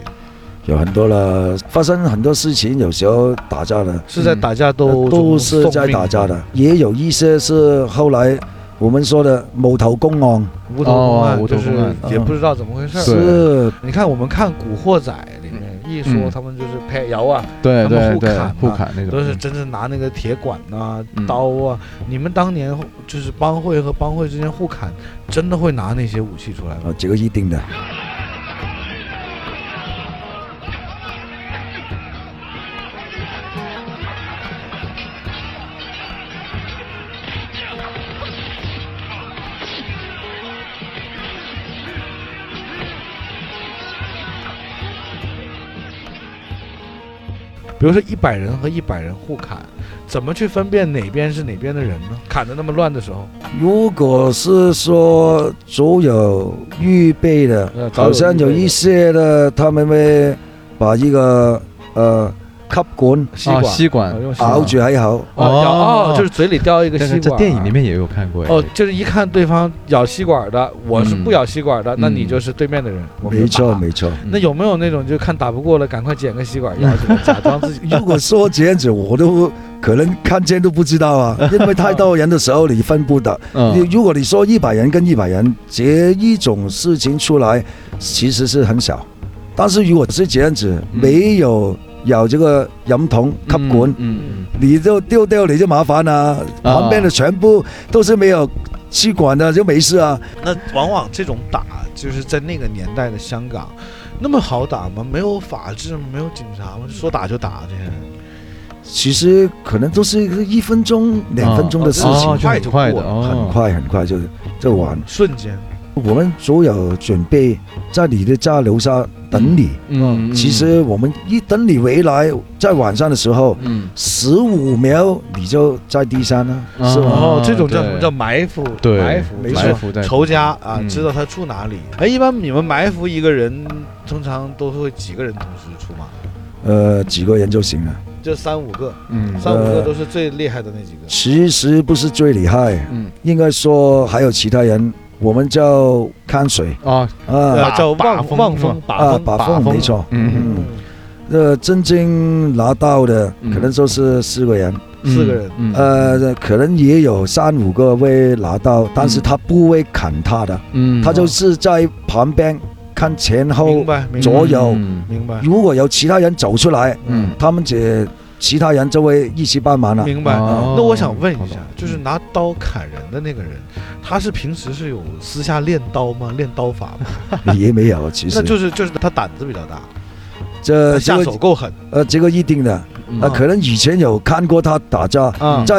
S1: 有很多
S3: 嗯
S1: 了，发生很多事情，有时候打架了。
S3: 是在打架斗
S1: 嗯呃都是在打架的，也有一些是后来我们说的无头公案，
S3: 无头公
S2: 哦
S3: 案，
S2: 无头
S3: 就
S2: 公
S3: 是
S2: 案嗯
S3: 也不知道怎么回事儿。
S2: 对
S1: 是
S3: 你看我们看《古惑仔》里面，艺说
S2: 嗯
S3: 他们就是拍窑啊，
S2: 对
S3: 他
S2: 对
S3: 们
S2: 对，
S3: 互
S2: 互
S3: 砍
S2: 砍那种，
S3: 都是真正拿那个铁管呐、
S2: 嗯
S3: 刀啊。你们当年就是帮会和帮会之间互砍，真的会拿那些武器出来吗？
S1: 啊，这个一定的。
S3: 比如说一百人和一百人互砍，怎么去分辨哪边是哪边的人呢？砍的那么乱的时候，
S1: 如果是说早有预备的
S8: 呃，早有
S1: 好像有一些的，他们会把一个呃吸管
S3: 吸
S2: 啊
S3: 管、
S2: 吸管
S8: 啊，用吸管
S1: 咬住喺口，
S3: 哦咬哦，就是嘴里叼一个
S2: 但
S3: 吸
S2: 是
S3: 管。啊
S2: 这电影里面也有看过哎
S3: 哦，就是一看对方咬吸管的，我是不咬吸管的，
S2: 嗯
S3: 那你就是对面的人。我们就
S1: 没错
S3: 打
S1: 没错。
S2: 嗯
S3: 那有没有那种就看打不过了，赶快捡个吸管咬起来，假装自 己
S1: 如果说这样子，我都可能看见都不知道啊，因为太多人的时候你分不到。你
S2: 嗯
S1: 如果你说一百人跟一百人这一种事情出来，其实是很少。但是如果是这样子，
S2: 嗯
S1: 没有有这个饮筒吸管。
S2: 嗯
S1: 你就丢掉你就麻烦啦、
S2: 啊
S1: 旁边的全部都是没有气管的就没事啊。
S3: 那往往这种打就是在那个年代的香港，那么好打吗？没有法治吗？没有警察吗？说打就打，这些人
S1: 其实可能都是一分钟、两分钟的事情，
S2: 哦就很快的，
S3: 很快
S1: 很
S2: 哦，
S1: 快很快就就完。
S3: 瞬间
S1: 我们所有准备在你的家楼下等你。
S3: 啊
S2: 嗯，嗯
S1: 其，实我们一等你回来，在晚上的时候，
S2: 嗯，
S1: 十五秒你就在地上了，是
S2: 啊
S1: 吗？
S3: 哦，这种叫
S2: 对
S3: 什么叫埋伏？
S2: 嗯对
S3: 埋伏，
S1: 没错
S2: 埋伏在
S3: 仇家啊，
S2: 嗯
S3: 知道他住哪里。哎，一般你们埋伏一个人，通常都会几个人同时出马？
S1: 呃，几个人就行了。
S3: 就三五个，
S2: 嗯
S3: 三五个都是最厉害的那几个。
S1: 其实不是最厉害，
S2: 嗯
S1: 应该说还有其他人，我们叫看水
S2: 啊，
S1: 啊
S3: 呃，叫
S2: 把
S3: 望
S2: 风
S3: 望
S2: 是吧
S3: 风把
S1: 啊，
S3: 风
S1: 把风没错，
S2: 嗯
S1: 嗯，呃，真正拿到的
S2: 嗯
S1: 可能就是四个人，
S2: 嗯
S3: 四个人，
S2: 嗯，
S1: 呃，可能也有三五个会拿到，但是他不会砍他的，
S2: 嗯，
S1: 他就是在旁边看前后
S3: 明，白明白
S1: 哦左右
S2: 嗯
S3: 明白
S1: 如果有其他人走出来，
S2: 嗯，
S1: 他们这其他人就会一起帮忙啊了。
S3: 明白。
S2: 哦
S3: 那我想问一
S2: 好
S3: 下
S2: 的，
S3: 就是拿刀砍人的那个人，他是平时是有私下练刀吗？练刀法吗？
S1: 也没有，啊其
S3: 那
S1: 实
S3: 就是就是他胆子比较大，
S1: 这
S3: 他下
S1: 这
S3: 手
S1: 个
S3: 够狠
S1: 呃这个一定的，
S2: 嗯
S1: 呃，可能以前有看过他打架，
S3: 啊
S2: 嗯
S1: 在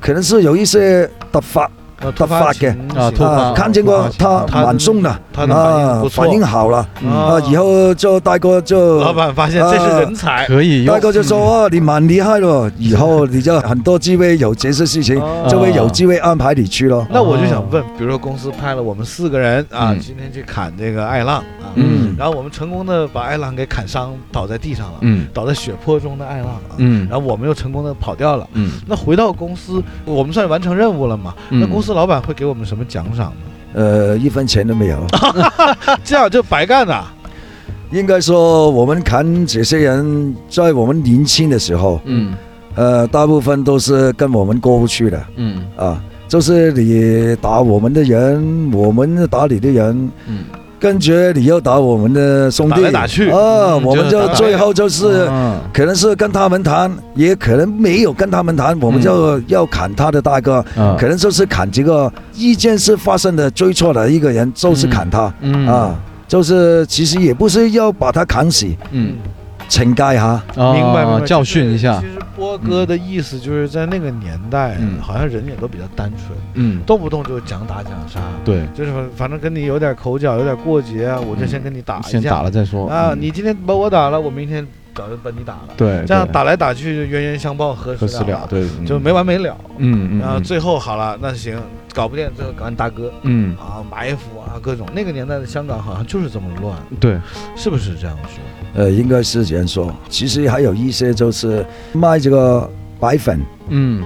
S1: 可能是有一些突发
S3: 突发
S1: 发的
S3: 情
S2: 啊
S3: 形
S2: 突发
S1: 啊，看见过他
S3: 他的
S1: 蛮凶的
S3: 他的反应
S1: 啊
S3: 不，错
S1: 反应好了
S3: 啊
S2: 嗯
S1: 啊，以后就大哥就
S3: 老板发现这是人才，
S2: 嗯可以用，
S1: 大哥就说哦，你蛮厉害咯，以后你就很多机会有这些事情，
S3: 哦
S1: 就会有机会安排你去咯。
S3: 那我就
S1: 哦
S3: 想问，比如说公司派了我们四个人啊，
S2: 嗯
S3: 今天去砍这个艾浪啊，
S2: 嗯
S3: 然后我们成功的把艾浪给砍伤，倒在地上了，
S2: 嗯
S3: 倒在血泊中的艾浪啊，
S2: 嗯
S3: 然后我们又成功的跑掉了。
S2: 嗯，
S3: 那回到公司，我们算完成任务了嘛？那公司老板会给我们什么奖赏呢？
S1: 呃，一分钱都没有。
S3: 这样就白干了。
S1: 应该说，我们看这些人，在我们年轻的时候，
S2: 嗯
S1: 呃，大部分都是跟我们过不去的
S2: 嗯
S1: 啊。就是你打我们的人，我们打你的人，
S2: 嗯，
S1: 跟着你又打我们的兄弟，
S3: 打来打去
S1: 啊，
S3: 嗯
S1: 我们
S3: 就
S1: 就
S3: 打来打去嗯
S1: 最后就是。
S2: 啊
S1: 可能是跟他们谈，也可能没有跟他们谈，我们就
S3: 嗯
S1: 要砍他的大哥，
S2: 啊
S1: 可能就是砍这个意见是发生的最错的一个人，就是砍他、
S2: 嗯
S1: 啊，就是其实也不是要把他砍死，
S2: 嗯，
S1: 惩戒下，
S3: 明白，明白
S2: 哦啊教训一下
S3: 其，实波哥的意思就是在那个年代，
S2: 嗯
S3: 好像人也都比较单纯，
S2: 嗯，
S3: 动不动就讲打讲杀，
S2: 对，
S3: 就是反反正跟你有点口角，有点过节啊，我就先跟你打一下。
S2: 嗯先打了再说嗯
S3: 啊，你今天把我打了，我明天找人把你打了，
S2: 对
S3: 这样打来打去就冤冤相报何
S2: 和
S3: 时啊
S2: 私了，对，
S3: 就没完没了。
S2: 嗯嗯，
S3: 然后最后好了，那行，搞不定，最后搞你大哥
S2: 嗯
S3: 啊，埋伏啊，各种。那个年代的香港好像就是这么乱，
S2: 对，
S3: 是不是这样说？
S1: 呃，应该是这样说。其实还有一些就是卖这个白粉，
S2: 嗯，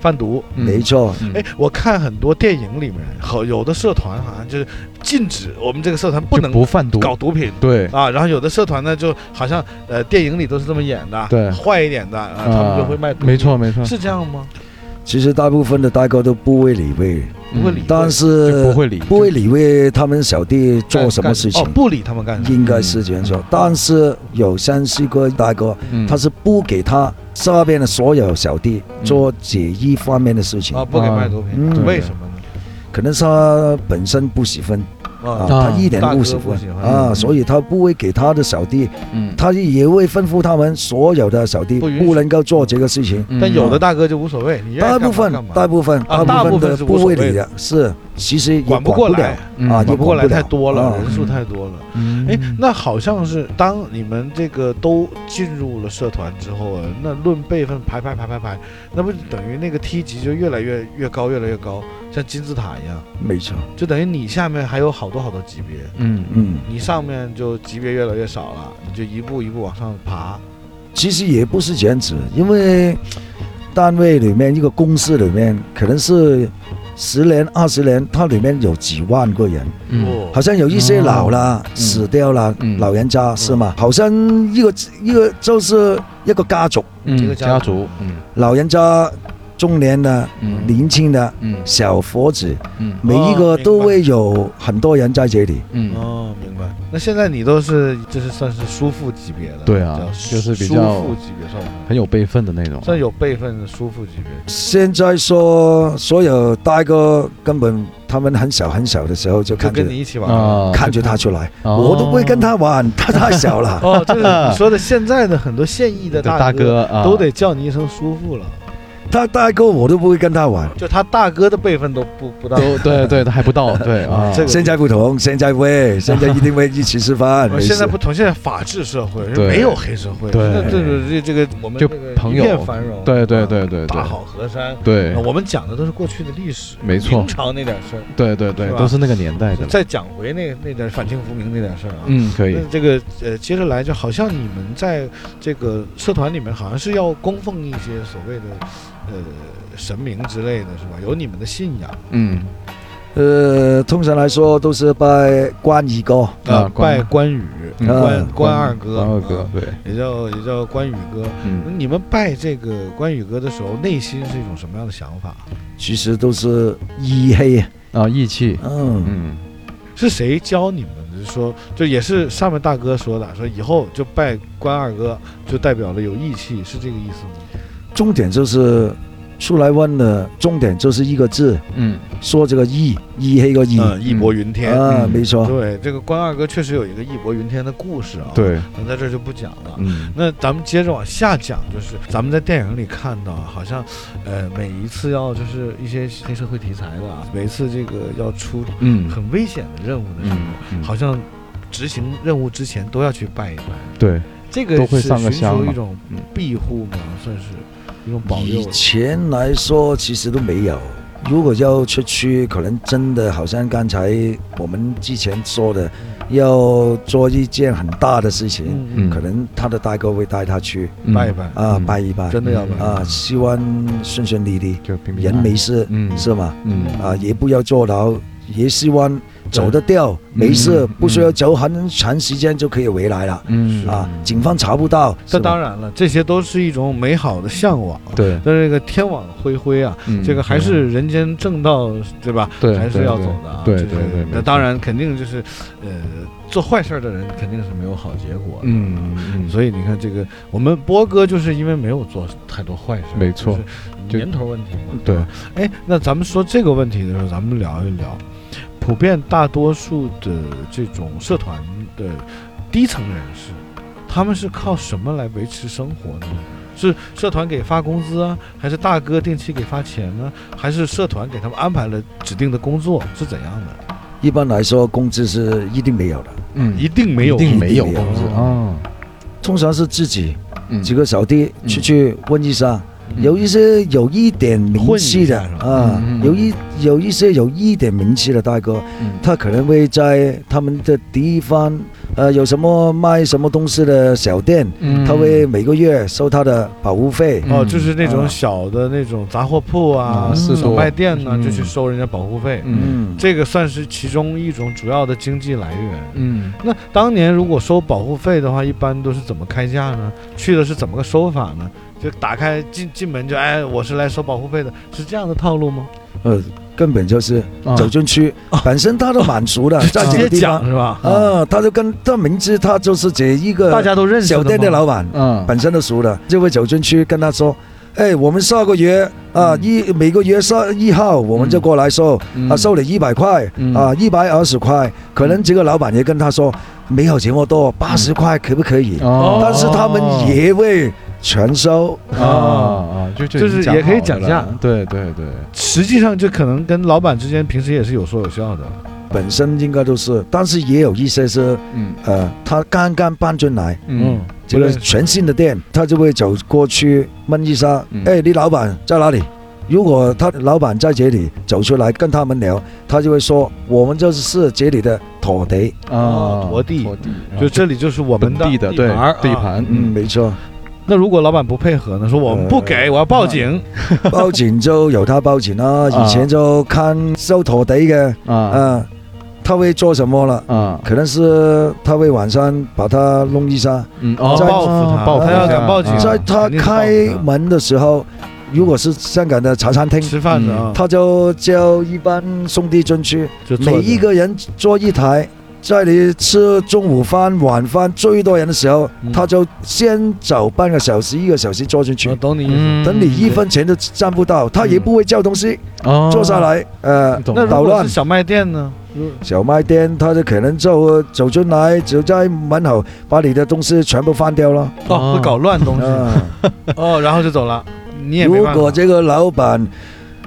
S3: 贩毒。
S1: 没错，
S3: 哎，我看很多电影里面，好有的社团好像就是禁止我们这个社团不能
S2: 不贩毒，
S3: 搞毒品
S2: 对，
S3: 啊，然后有的社团呢，就好像呃电影里都是这么演的，
S2: 对
S3: 坏一点的，啊、他们就会卖毒品
S2: 没错，没错，
S3: 是这样吗？
S1: 其实大部分的大哥都不会理会，
S3: 不会理会，
S1: 但是
S2: 就不会理，
S1: 不会理会他们小弟
S3: 干
S1: 做什么事情
S3: 干哦，，不嗯理他们干什么？
S1: 应该是这样说。但是有山西哥大哥，
S2: 嗯，
S1: 他是不给他下边的所有小弟
S2: 嗯
S1: 做这一方面的事情
S3: 啊，，不给卖毒品，
S1: 嗯
S3: 为什么呢？
S1: 可能是他本身不喜欢啊，
S3: 啊，
S1: 他一点
S3: 大
S1: 都
S3: 哥
S1: 不喜
S3: 不
S1: 欢
S3: 喜欢
S1: 啊，
S3: 嗯
S1: 所以他不会给他的小弟，
S2: 嗯，
S1: 他也会吩咐他们所有的小弟
S3: 不允许
S1: 不能够做这个事情。
S2: 嗯
S3: 但有的大哥就无所谓，你愿意
S1: 大
S3: 干嘛
S1: 部分
S3: 干嘛
S1: 大部分大
S3: 啊大
S1: 部
S3: 部
S1: 分
S3: 分
S1: 的
S3: 是
S1: 不
S3: 无所
S1: 会
S3: 谓的
S1: 理的，是其实也管
S3: 管不过
S1: 了
S3: 来，
S2: 嗯
S1: 啊
S3: 管不过来
S1: 也管不了
S3: 太多了，
S1: 啊
S3: 人数太多了。
S2: 嗯
S3: 哎，那好像是当你们这个都进入了社团之后啊，那论辈分排排排排排，那不等于那个梯级就越来越越高，越来越高，像金字塔一样，
S1: 没错，
S3: 就等于你下面还有好多好多级别，
S2: 嗯
S1: 嗯。
S3: 你上面就级别越来越少了，你就一步一步往上爬。
S1: 其实也不是这样子，因为单位里面一个公司里面可能是十年二十年，它里面有几万个人，
S2: 嗯，
S1: 好像有一些老了、死掉了，
S2: 嗯
S1: 老人家、是吗？好像一个一个就是一个家族，
S3: 这个
S2: 嗯，
S3: 家
S2: 家
S3: 族
S2: 族，嗯
S1: 老人家、中年的、
S2: 嗯，
S1: 年轻的
S2: 嗯
S1: 小伙子，
S2: 嗯
S1: 每一
S3: 哦
S1: 个
S3: 明白
S1: 都会有很多人在这里。
S2: 嗯，
S3: 哦，明白。那现在你都是这是算是叔父级别的，
S2: 对啊
S3: 叫
S2: 就是比
S3: 叔
S2: 较
S3: 父级别算不
S2: 很有辈分的那种，啊
S3: 算有辈分的叔父级别。
S1: 现在说所有大哥根本他们很小很小的时候就
S3: 就
S1: 看着
S3: 跟你一起玩了。
S2: 啊，
S1: 看着他出来。
S2: 哦
S1: 我都不会跟他玩，他太小了。
S3: 哦，这个你说的现在的很多现役的
S2: 对大
S3: 哥
S2: 哥啊
S3: 都得叫你一声叔父了，
S1: 他大哥我都不会跟他玩。
S3: 就他大哥的辈分都不不到。
S2: 都对对，他还不到， 对啊，
S3: 这个
S1: 现在不同，现在会，现在一定会一起吃饭。
S3: 呃
S1: 没事
S3: 现在不同，现在法治社会
S2: 对
S3: 没有黑社会，
S2: 对
S3: 现在这个这这个我们
S2: 就
S3: 这个
S2: 朋
S3: 一片
S2: 友
S3: 繁荣，
S2: 对对
S3: 啊
S2: 对对
S3: 大
S2: 对
S3: 好河山。
S2: 对
S3: 我们讲的都是过去的历史，
S2: 没错
S3: 明朝那点事儿，
S2: 对对对
S3: 是，吧
S2: 都是那个年代的了，
S3: 再讲回那那点反清复明那点事儿啊。
S2: 嗯，可以
S3: 那，这个呃，接着来，就好像你们在这个社团里面，好像是要供奉一些所谓的呃神明之类的是吧？有你们的信仰
S2: 嗯
S1: 呃，通常来说都是拜关二哥，
S2: 啊
S3: 呃
S2: 关
S3: 拜关羽、
S2: 嗯
S3: 关
S1: 嗯
S3: 关二哥、
S2: 关二哥
S3: 啊，
S2: 对，
S3: 也叫也叫关羽哥。
S2: 嗯
S3: 你们拜这个关羽哥的时候，内心是一种什么样的想法？
S1: 其实都是义黑。
S2: 啊，义气，
S1: 嗯，
S2: 嗯
S3: 是谁教你们的？说就也是上面大哥说的，说以后就拜关二哥，就代表了有义气，是这个意思吗？
S1: 重点就是出来问的，重点就是一个字，
S2: 嗯
S1: 说这个义，义黑个义
S3: 嗯，义薄云天。
S1: 啊，
S2: 嗯
S1: 没错。
S3: 对，这个关二哥确实有一个义薄云天的故事啊。，
S2: 对，
S3: 咱在这儿就不讲了。
S2: 嗯
S3: 那咱们接着往下讲，就是咱们在电影里看到，好像，呃，每一次要就是一些黑社会题材的啊，每一次这个要出
S2: 嗯
S3: 很危险的任务的时候，
S2: 嗯嗯，
S3: 好像执行任务之前都要去拜一拜，
S2: 对，
S3: 这个
S2: 都会
S3: 是
S2: 上个
S3: 寻
S2: 香
S3: 求
S2: 嘛
S3: 一种
S2: 嗯
S3: 庇护嘛，算是一种保佑
S1: 以。前来说其实都没有。如果要出去，可能真的好像刚才我们之前说的，要做一件很大的事情，
S3: 嗯
S1: 可能他的大哥会带他去
S2: 嗯
S3: 拜一拜
S1: 啊，
S2: 嗯
S1: 拜一拜
S3: 真的要拜
S1: 啊，希望顺顺利利，
S2: 就平平
S1: 人
S2: 安
S1: 没事，
S2: 嗯
S1: 是吗？
S2: 嗯
S1: 啊，也不要坐牢，也希望走得掉，没事，
S2: 嗯
S1: 不需要走很长时间就可以回来了
S2: 嗯
S1: 啊，警方查不到。
S3: 这
S1: 是吧
S3: 当然了，这些都是一种美好的向往。
S2: 对，
S3: 但是这个天网恢恢啊，
S2: 嗯
S3: 这个还是人间正道，对吧？
S2: 对
S3: 还是
S2: 对
S3: 要
S2: 对
S3: 走的啊。
S2: 对
S3: 就是
S2: 对对没
S3: 那
S2: 错
S3: 当然，肯定就是，呃，做坏事儿的人肯定是没有好结果的。
S2: 嗯嗯，
S3: 所以你看，这个我们波哥就是因为没有做太多坏事儿，
S2: 没错，
S3: 就
S2: 就是
S3: 年头问题嘛。
S2: 对，
S3: 哎，那咱们说这个问题的时候，咱们聊一聊，普遍大多数的这种社团的低层人士，他们是靠什么来维持生活的呢？是社团给发工资啊，还是大哥定期给发钱呢？还是社团给他们安排了指定的工作，是怎样的？
S1: 一般来说，工资是一定没有的，
S2: 嗯
S3: 一定没有，
S2: 一定没有
S1: 一定没有
S2: 工资啊，
S1: 通常是自己
S2: 嗯
S1: 几个小弟
S2: 嗯
S1: 出去混一下，
S2: 嗯
S1: 有一些有一点名气的
S3: 混一下是吧
S1: 啊
S2: 嗯嗯，嗯
S1: 有一有一些有一点名气的大哥，
S2: 嗯
S1: 他可能会在他们的地方，呃，有什么卖什么东西的小店，
S2: 嗯
S1: 他会每个月收他的保护费。
S3: 哦，
S2: 嗯
S3: 就是那种
S1: 啊
S3: 小的那种杂货铺啊、
S2: 啊是
S3: 小
S2: 多
S3: 卖店呢、
S2: 嗯
S3: 就去收人家保护费，
S2: 嗯
S3: 这个算是其中一种主要的经济来源。
S2: 嗯
S3: 那当年如果收保护费的话，一般都是怎么开价呢？去的是怎么个收法呢？就打开进进门就哎，我是来收保护费的，是这样的套路吗？
S1: 呃，根本就是
S2: 啊
S1: 走进去，本身他都满足的，呃在
S3: 啊直
S1: 这
S3: 接
S1: 个地
S3: 讲
S1: 方
S3: 是吧？
S1: 啊，他就跟他明知他就是这一
S3: 大
S1: 个
S3: 家都认识
S1: 呃小
S3: 的
S1: 店的
S3: 嘛
S1: 老板，
S2: 嗯
S1: 本身都熟的，就会走进去跟他说。哎，我们下个月啊
S2: 嗯
S1: 一每个月上一号我们就过来收，啊收你一百块，
S2: 嗯
S1: 啊一百二十块，可能这个老板也跟他说没有这么多，八十块可不可以？
S2: 嗯哦
S1: 但是他们也会全收，
S2: 啊啊，就
S3: 就是
S2: 已经
S3: 也可以
S2: 好的
S3: 讲
S2: 了
S3: 价
S2: 对对对，
S3: 实际上这可能跟老板之间平时也是有说有笑的。
S1: 本身应该都是，但是也有一些是
S2: 嗯
S1: 呃他刚刚搬进来，
S2: 嗯，
S1: 这个全新的店，他就会走过去问一下
S2: 嗯：“
S1: 哎，你老板在哪里？”如果他老板在这里走出来跟他们聊，他就会说：“我们就是这里的土地。
S2: 啊，
S3: 陀地
S2: 陀地，
S3: 就这里就是我们
S2: 本地的
S3: 地
S2: 对
S3: 盘儿啊
S2: 地盘”，
S1: 嗯，
S2: 嗯
S1: 没错，
S3: 那如果老板不配合呢？说我们不给，我要报警。
S1: 报警就有他报警啦。
S2: 啊
S1: 以前就看收土地的，
S2: 啊
S1: 嗯，他会做什么了？
S2: 啊
S1: 可能是他会晚上把他弄一下，
S2: 嗯
S3: 要
S2: 哦
S1: 在
S3: 报复他，
S2: 报复
S3: 他要敢报警
S2: 啊，
S1: 在他
S3: 肯定是报复
S1: 开门的时候，如果是香港的茶餐厅，
S3: 吃饭的啊，
S1: 嗯他就叫一帮兄弟进去。
S3: 就坐着
S1: 每一个人坐一台，在你吃中午饭、晚饭最多人的时候，
S3: 嗯
S1: 他就先走半个小时、一个小时坐进去
S3: 我，哦懂你意思。
S2: 嗯
S1: 等你一分钱都赚不到，他也不会叫东西，
S2: 哦
S1: 坐下来，呃，
S2: 懂
S3: 嗯那
S2: 了
S3: 如
S1: 捣
S3: 果是
S1: 乱。
S3: 小卖店呢？
S1: 小卖店，他就可能就呃走进来，就在门口把你的东西全部翻掉了。
S3: 哦，
S2: 啊
S3: 会搞乱东西
S1: 嗯，
S3: 哦，然后就走了， 你也没
S1: 如
S3: 办
S1: 果
S3: 法。
S1: 这个老板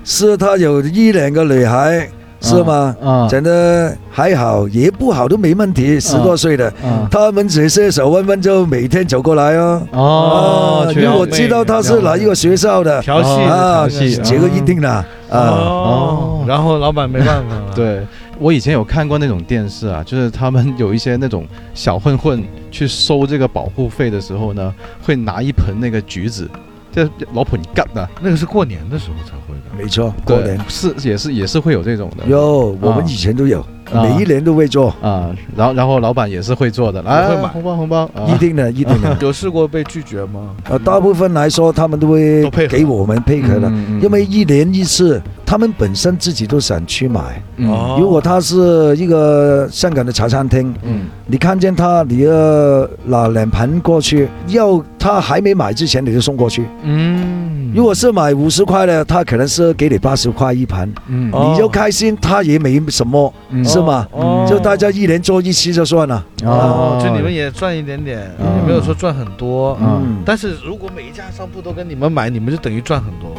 S1: 是他有一两个女孩，是吗？
S2: 啊
S1: 真的还好，也不好都没问题，十多岁的。
S2: 啊
S1: 他们只是手温温就每天走过来哦。
S2: 哦
S1: 啊，
S2: 全
S1: 因为我知道他是哪一个学校的
S3: 调戏
S1: 啊
S3: 调戏
S2: 戏
S1: 这个一定的啊。
S3: 哦
S2: 哦，
S3: 然后老板没办法了。
S2: 对，我以前有看过那种电视啊， 就是他们有一些那种小混混去收这个保护费的时候呢，会拿一盆那个橘子，这老婆你干的，
S3: 那个是过年的时候才会的。
S1: 没错，过
S2: 对哦
S1: 年，
S2: 是也是也是会有这种的
S1: 有，我们以前都有，每一年都会做，
S2: 啊，然后然后老板也是会做的，来
S3: 会买
S2: 红包红包，啊
S1: 一定的，一定 的。
S3: 有试过被拒绝吗？
S1: 呃，大部分来说，他们都会
S3: 都配合
S1: 给我们配合的，
S2: 嗯嗯
S1: 因为一年一次，他们本身自己都想去买。
S2: 嗯
S3: 哦
S1: 如果他是一个香港的茶餐厅，
S2: 嗯
S1: 你看见他，你要拿两盘过去，要他还没买之前你就送过去。
S2: 嗯
S1: 如果是买五十块的，他可能是给你八十块一盘，
S2: 嗯
S3: 哦
S1: 你就开心，他也没什么，
S2: 嗯
S1: 是吗？
S3: 哦
S1: 就大家一年做一期就算了。啊
S3: 哦，就你们也赚一点点，
S2: 嗯
S3: 也没有说赚很多。
S2: 嗯
S1: 嗯，
S3: 但是如果每一家商铺都跟你们买，你们就等于赚很多。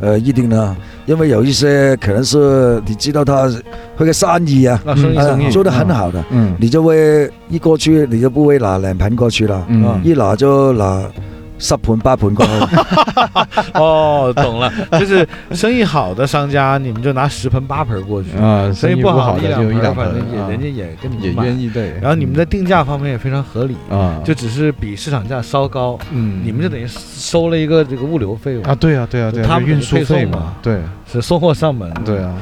S1: 呃，一定的，因为有一些可能是你知道他他个生意啊，
S3: 那生意
S2: 嗯
S3: 生意
S1: 呃做得很好的，
S2: 嗯
S1: 你就会一过去，你就不会拿两盘过去了，
S2: 嗯
S1: 一拿就拿十盘八盘过去。
S3: 哦，懂了，就是生意好的商家，你们就拿十盆八盆过去；
S2: 啊，
S3: 生
S2: 生
S3: 意
S2: 意
S3: 不
S2: 好
S3: 的
S2: 的就一
S3: 两
S2: 两
S3: 盆，反正也
S2: 盆，啊
S3: 人家也跟你
S2: 也
S3: 们买。
S2: 愿意对，
S3: 然后你们在定价方面也非常合理，
S2: 啊
S3: 就只是比市场价稍高，
S2: 嗯
S3: 你们就等于收了一个这个物流费
S2: 啊，
S3: 用，
S2: 对啊，对啊，对啊，
S3: 他
S2: 就
S3: 们
S2: 运
S3: 得配
S2: 输费
S3: 送
S2: 嘛
S3: 嘛，
S2: 对
S3: 是送货上门。
S2: 对，啊，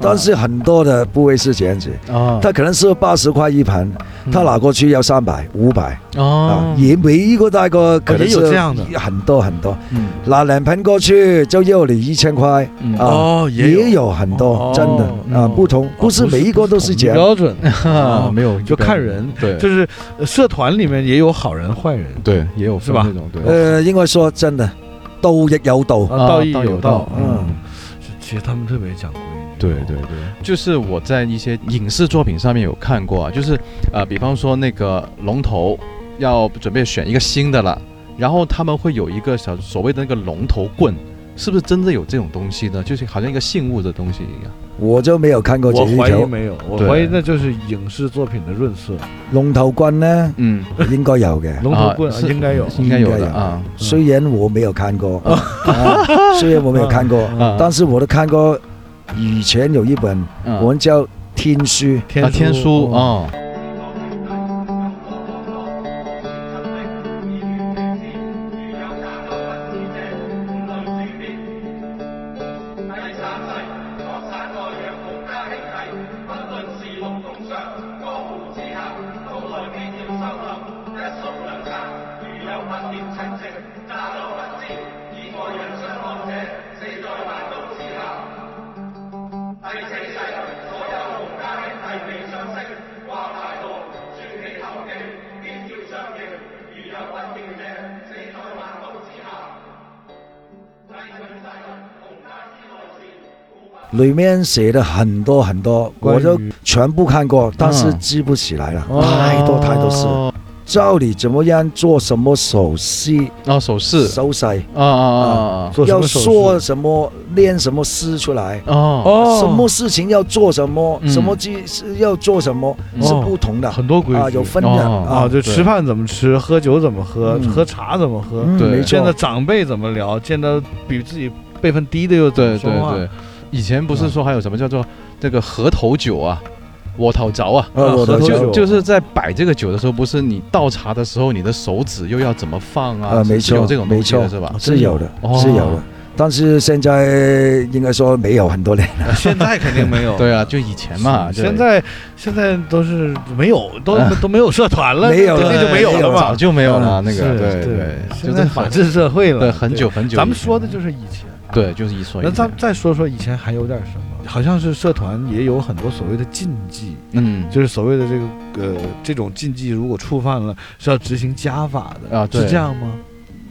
S1: 但是很多的部位是这样子，
S3: 嗯
S2: 啊，
S1: 他可能是八十块一盘，他拿过去要三百、五百啊
S2: 哦，，
S1: 也每一个大哥可能
S3: 也有这样的
S1: 是很多很多，
S2: 嗯
S1: 拿两盘过去就要你一千块
S2: 嗯
S1: 啊，
S3: 哦，
S1: 也有很多
S3: 哦
S1: 真
S3: 嗯
S1: 的啊，不同，不是每一个都是这样。
S3: 标准，
S2: 啊，没有，
S3: 就看人
S2: 对，
S3: 就是呃社团里面也有好人坏人，
S2: 对，也有
S3: 是
S2: 分
S3: 吧
S2: 那种，对，
S1: 呃，应该说真的，道亦有道，
S3: 啊，道义有
S2: 有
S3: 道。
S1: 嗯，
S3: 其实他们特别讲规矩。
S2: 对对对，就是我在一些影视作品上面有看过啊，就是呃，比方说那个龙头要准备选一个新的了，然后他们会有一个小所谓的那个龙头棍，是不是真的有这种东西呢？就是好像一个信物的东西一样。
S1: 我就没有看过这
S3: 我
S1: 一
S3: 怀疑
S1: 条
S3: 没有，我
S2: 对
S3: 怀疑那就是影视作品的润色，
S1: 龙头棍 呢，
S2: 嗯，
S1: 应该有嘅。
S3: 龙头棍
S2: 啊
S3: 啊
S2: 是
S3: 应该有。
S2: 应该有
S1: 应该
S2: 的
S1: 有
S2: 啊。
S1: 虽然我没有看过，啊虽然我没有看过，
S2: 啊
S1: 但是我都看过。以前有一本，
S2: 嗯
S1: 我们叫《天书》，
S2: 啊，天书
S3: 哦
S2: 啊，
S1: 里面写的很多很多，
S3: 关
S1: 我就
S3: 于
S1: 全部看过，但是
S2: 嗯
S1: 记不起来了，
S3: 哦
S1: 太多太多事。
S2: 哦
S1: 教你怎么样做什么手势、
S2: 哦，手势
S1: 手势，
S2: 啊啊啊
S3: 嗯
S2: 啊
S3: 做什
S1: 要
S3: 么手术
S1: 说什么、练什么诗出来，
S2: 啊哦，
S3: 哦
S1: 什么事情要做什么，
S2: 嗯
S1: 什么句是要做什么，
S2: 嗯
S1: 是不同的
S3: 很多规矩
S1: 啊，有分的
S2: 哦
S3: 啊，
S1: 啊。
S3: 就吃饭怎么吃，喝酒怎么喝，
S1: 嗯
S3: 喝茶怎么喝，
S1: 嗯，
S2: 对
S1: 没
S3: 见到
S1: 错，
S3: 长辈怎么聊，见到比自己辈分低的又怎么
S2: 对
S3: 说
S2: 对
S3: 话
S2: 对，以前不是说还有什么叫做这个河头酒啊，我头酒啊。
S1: 呃，我
S3: 合
S1: 的
S3: 作
S1: 就
S2: 就就是在摆这个酒的时候，不是你倒茶的时候，你的手指又要怎么放啊？
S1: 呃，
S2: 是
S1: 没
S2: 是有
S1: 错
S2: 这，种
S1: 没
S2: 东西
S1: 错
S2: 的是吧？
S1: 是有的，
S2: 哦
S1: 是有的。但是现在应该说没有很多年，
S3: 啊现在肯定没有。
S2: 对啊，就以前嘛，
S3: 现在现在都是没有，都
S2: 啊
S3: 都没有社团 了，
S1: 没有
S2: 对
S3: 肯定
S1: 了
S3: 就没有了
S2: 早
S3: 嘛。
S2: 就没有了那
S3: 是
S2: 个，对
S3: 对
S2: 对，，
S3: 现
S2: 就
S3: 在
S2: 是
S3: 法治社会了，
S2: 对很久很久以前。
S3: 咱们说的就是以前。
S2: 对，就是一说一
S3: 那
S2: 前。
S3: 咱再说说以前还有点什么？好像是社团也有很多所谓的禁忌，
S2: 嗯
S3: 就是所谓的这个呃这种禁忌，如果触犯了是要执行家法的
S2: 啊对
S3: 是这样吗？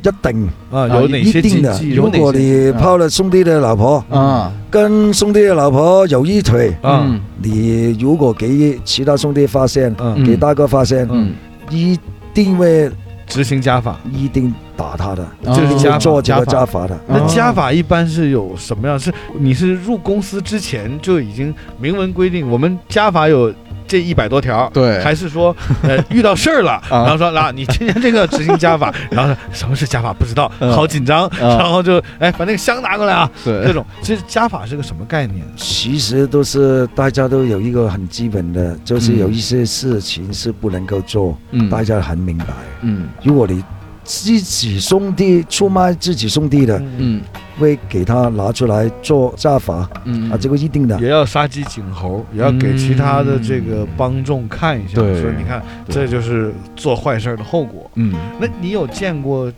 S1: 一定
S3: 啊，
S2: 啊
S3: 有哪
S1: 一
S3: 些禁
S1: 定的。
S3: 忌？
S1: 如
S3: 有哪
S1: 果
S3: 些？
S1: 你抛了兄弟的老婆，
S2: 啊
S1: 跟兄弟的老婆有一腿，
S3: 嗯
S2: 嗯
S1: 你如果给其他兄弟发现，
S3: 嗯，
S1: 给大哥发现，
S2: 嗯，
S1: 一定会
S3: 执行家法。
S1: 一定打他的，
S3: 就是
S1: 一
S3: 家
S1: 定
S3: 法
S1: 做这个
S2: 家
S1: 家法的。
S3: 那
S2: 哦
S3: 家法一般是有什么样？是你是入公司之前就已经明文规定，我们家法有这一百多条，
S2: 对
S3: 还是说 呃遇到事儿了，
S2: 啊
S3: 然后说啊，你今天这个执行家 法，然后说什么是家法不知道，
S2: 嗯
S3: 好紧张，
S2: 嗯
S3: 然后就哎把那个箱拿过来啊，这
S2: 对，
S3: 种其实家法是个什么概念？
S1: 其实都是大家都有一个很基本的，就是
S2: 嗯
S1: 有一些事情是不能够做，
S2: 嗯
S1: 大家很明白。
S2: 嗯
S1: 如果你自己兄弟出卖自己兄弟的，
S3: 嗯，
S2: 嗯
S1: 会给他拿出来做家法
S2: 嗯
S1: 啊，这个一定的。
S3: 也要杀鸡儆猴，也要给其他的这个帮众看一下，
S2: 对
S3: 说你看
S2: 对
S3: 这就是做坏事儿的后果。
S2: 嗯
S3: 那你有见过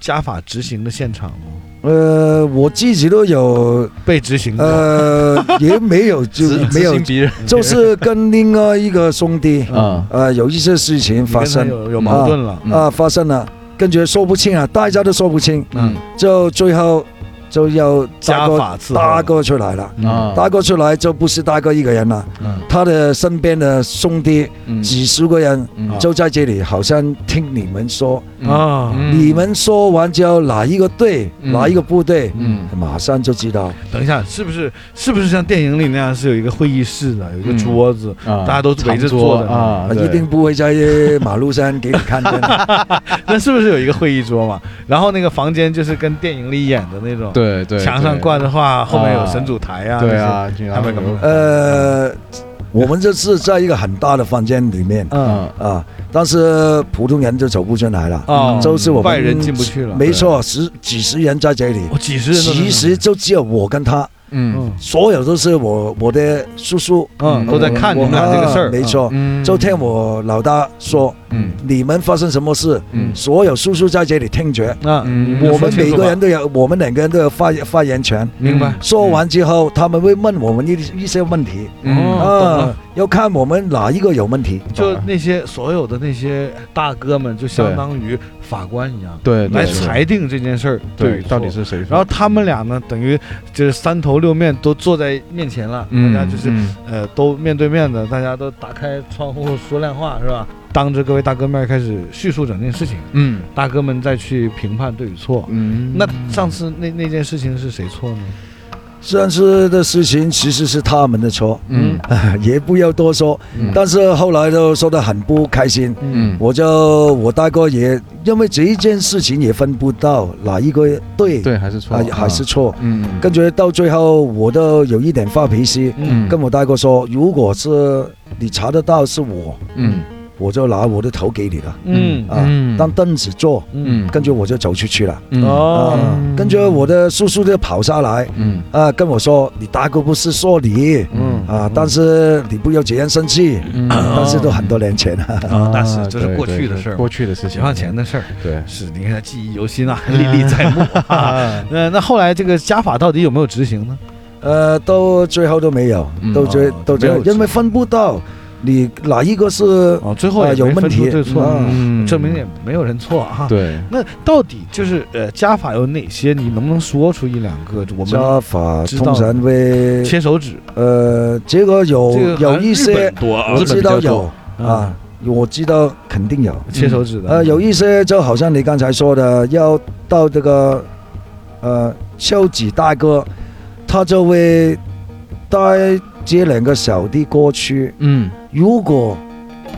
S3: 家法执行的现场吗？
S1: 呃，我自己都有，
S3: 被执行的、
S2: 嗯
S1: 呃，也没有就
S2: 执
S1: 没有
S2: 执行别人
S1: 就是跟另外一个兄弟，
S2: 啊
S1: 呃，有一些事情
S3: 你跟他
S1: 发生，
S3: 有有矛盾了，
S2: 嗯
S1: 啊、发生了，跟觉说不清啊，大家都说不清，
S2: 嗯
S1: 就最后就要大
S3: 家
S1: 哥
S3: 法伺候
S1: 大哥出来了，
S2: 啊
S1: 大哥出来就不是大哥一个人了，
S2: 嗯
S1: 他的身边的兄弟
S2: 嗯
S1: 几十个人
S2: 嗯
S1: 就在这里，好像听你们说，
S3: 啊、
S2: 嗯
S1: 你们说完之后哪一个对，
S2: 嗯
S1: 哪一个不对，
S2: 嗯
S1: 马上就知道，
S3: 等一下，是不是是不是像电影里那样是有一个会议室的，有一个
S2: 嗯
S3: 桌子，
S2: 啊
S3: 大家都围着坐的
S2: 长桌啊
S1: 一定不会在马路上给你看见的。
S3: 那是不是有一个会议桌嘛？然后那个房间就是跟电影里演的那种，
S2: 对对
S3: 墙上
S2: 对
S3: 挂着画，后面有神主牌啊，
S2: 对啊，经常
S3: 他们可能
S2: 有
S1: 呃，我们这是在一个很大的房间里面
S3: 这些，嗯。
S2: 嗯
S1: 啊，但是普通人就走不进来了，
S3: 哦
S1: 就是我们
S3: 外人进不去了
S1: 没错，十几十人在这里，
S3: 我几十人都在那
S1: 其
S3: 里，
S1: 实就只有我跟他，
S2: 嗯
S3: 嗯
S1: 所有都是我我的叔叔
S3: 嗯，都在看你
S1: 我
S3: 们俩这个事儿，
S1: 啊没错，
S2: 嗯
S1: 就听我老大说，
S2: 嗯
S1: 你们发生什么事，
S2: 嗯
S1: 所有叔叔在这里听着，
S3: 嗯。嗯，
S2: 嗯
S1: 我们每个人都有，我们两个人都有发言发言权。
S3: 明白。
S1: 说完之后，他们会问我们一一些问题，
S2: 嗯
S3: 哦懂了
S1: 啊，要看我们哪一个有问题。
S3: 就那些所有的那些大哥们，就相当于法官一样，
S2: 对对
S3: 来
S2: 对
S3: 裁定这件事儿
S2: 对
S3: 与错
S2: 到底。是谁说
S3: 然后他们俩呢，等于就是三头六面都坐在面前了，
S2: 嗯
S3: 大家就是
S2: 嗯
S3: 呃都面对面的，大家都打开窗户说亮话是吧？当着各位大哥面开始叙述整件事情，
S2: 嗯
S3: 大哥们再去评判对与错。
S2: 嗯
S3: 那上次那那件事情是谁错呢？
S1: 上次的事情其实是他们的错，
S2: 嗯
S1: 也不要多说。
S2: 嗯
S1: 但是后来都说得很不开心，
S2: 嗯
S1: 我就我大哥也因为这一件事情也分不到哪一个对，
S2: 对还是错
S1: 啊还还是错。
S2: 嗯
S1: 跟住到最后，我都有一点发脾气，
S2: 嗯
S1: 跟我大哥说，如果是你查得到是我，
S2: 嗯
S1: 我就拿我的头给你了
S2: 嗯
S1: 啊
S2: 嗯，
S1: 当凳子坐。
S2: 嗯
S1: 跟住我就走出去了，
S2: 嗯
S1: 啊
S3: 哦，
S1: 跟住我的叔叔就跑下来，
S2: 嗯
S1: 啊，跟我说你大哥不是说你
S2: 嗯
S1: 啊，但是你不要这样生气，
S2: 嗯
S1: 但是都很多年前了。
S2: 啊
S3: 那是这是过去的事儿嘛
S2: 过去的事情，嗯
S3: 解放前的事儿
S2: 对，
S3: 是你看记忆犹 新啊，历历在目啊。
S1: 嗯
S2: 啊，
S3: 呃，那后来这个家法到底有没有执行呢？
S1: 呃，到最后都没有
S2: 嗯，
S1: 到最
S3: 哦
S1: 到最
S3: 没
S1: 后，
S3: 有执
S1: 因为分不到，你哪一个是
S3: 哦，最后
S1: 啊
S3: 也
S1: 有
S3: 没
S1: 问
S3: 分出
S1: 题
S3: 对错，
S1: 嗯
S2: 嗯
S3: 证明也没有人错啊。
S2: 对，
S3: 那到底就是呃，加法有哪些？你能不能说出一两个？我们
S1: 加法
S3: 知道
S1: 通常会
S3: 切手指，
S1: 呃，这个有
S3: 这个
S1: 有
S3: 好像
S1: 一
S3: 日
S1: 些
S3: 本多嗯啊
S1: 我
S2: 日本
S1: 知道
S2: 比较
S1: 有啊，，我知道肯定有。
S3: 切手指的，
S1: 呃，
S2: 嗯
S1: 有一些就好像你刚才说的，要到这个呃秀子大哥，他就会带这两个小弟过去。
S2: 嗯
S1: 如果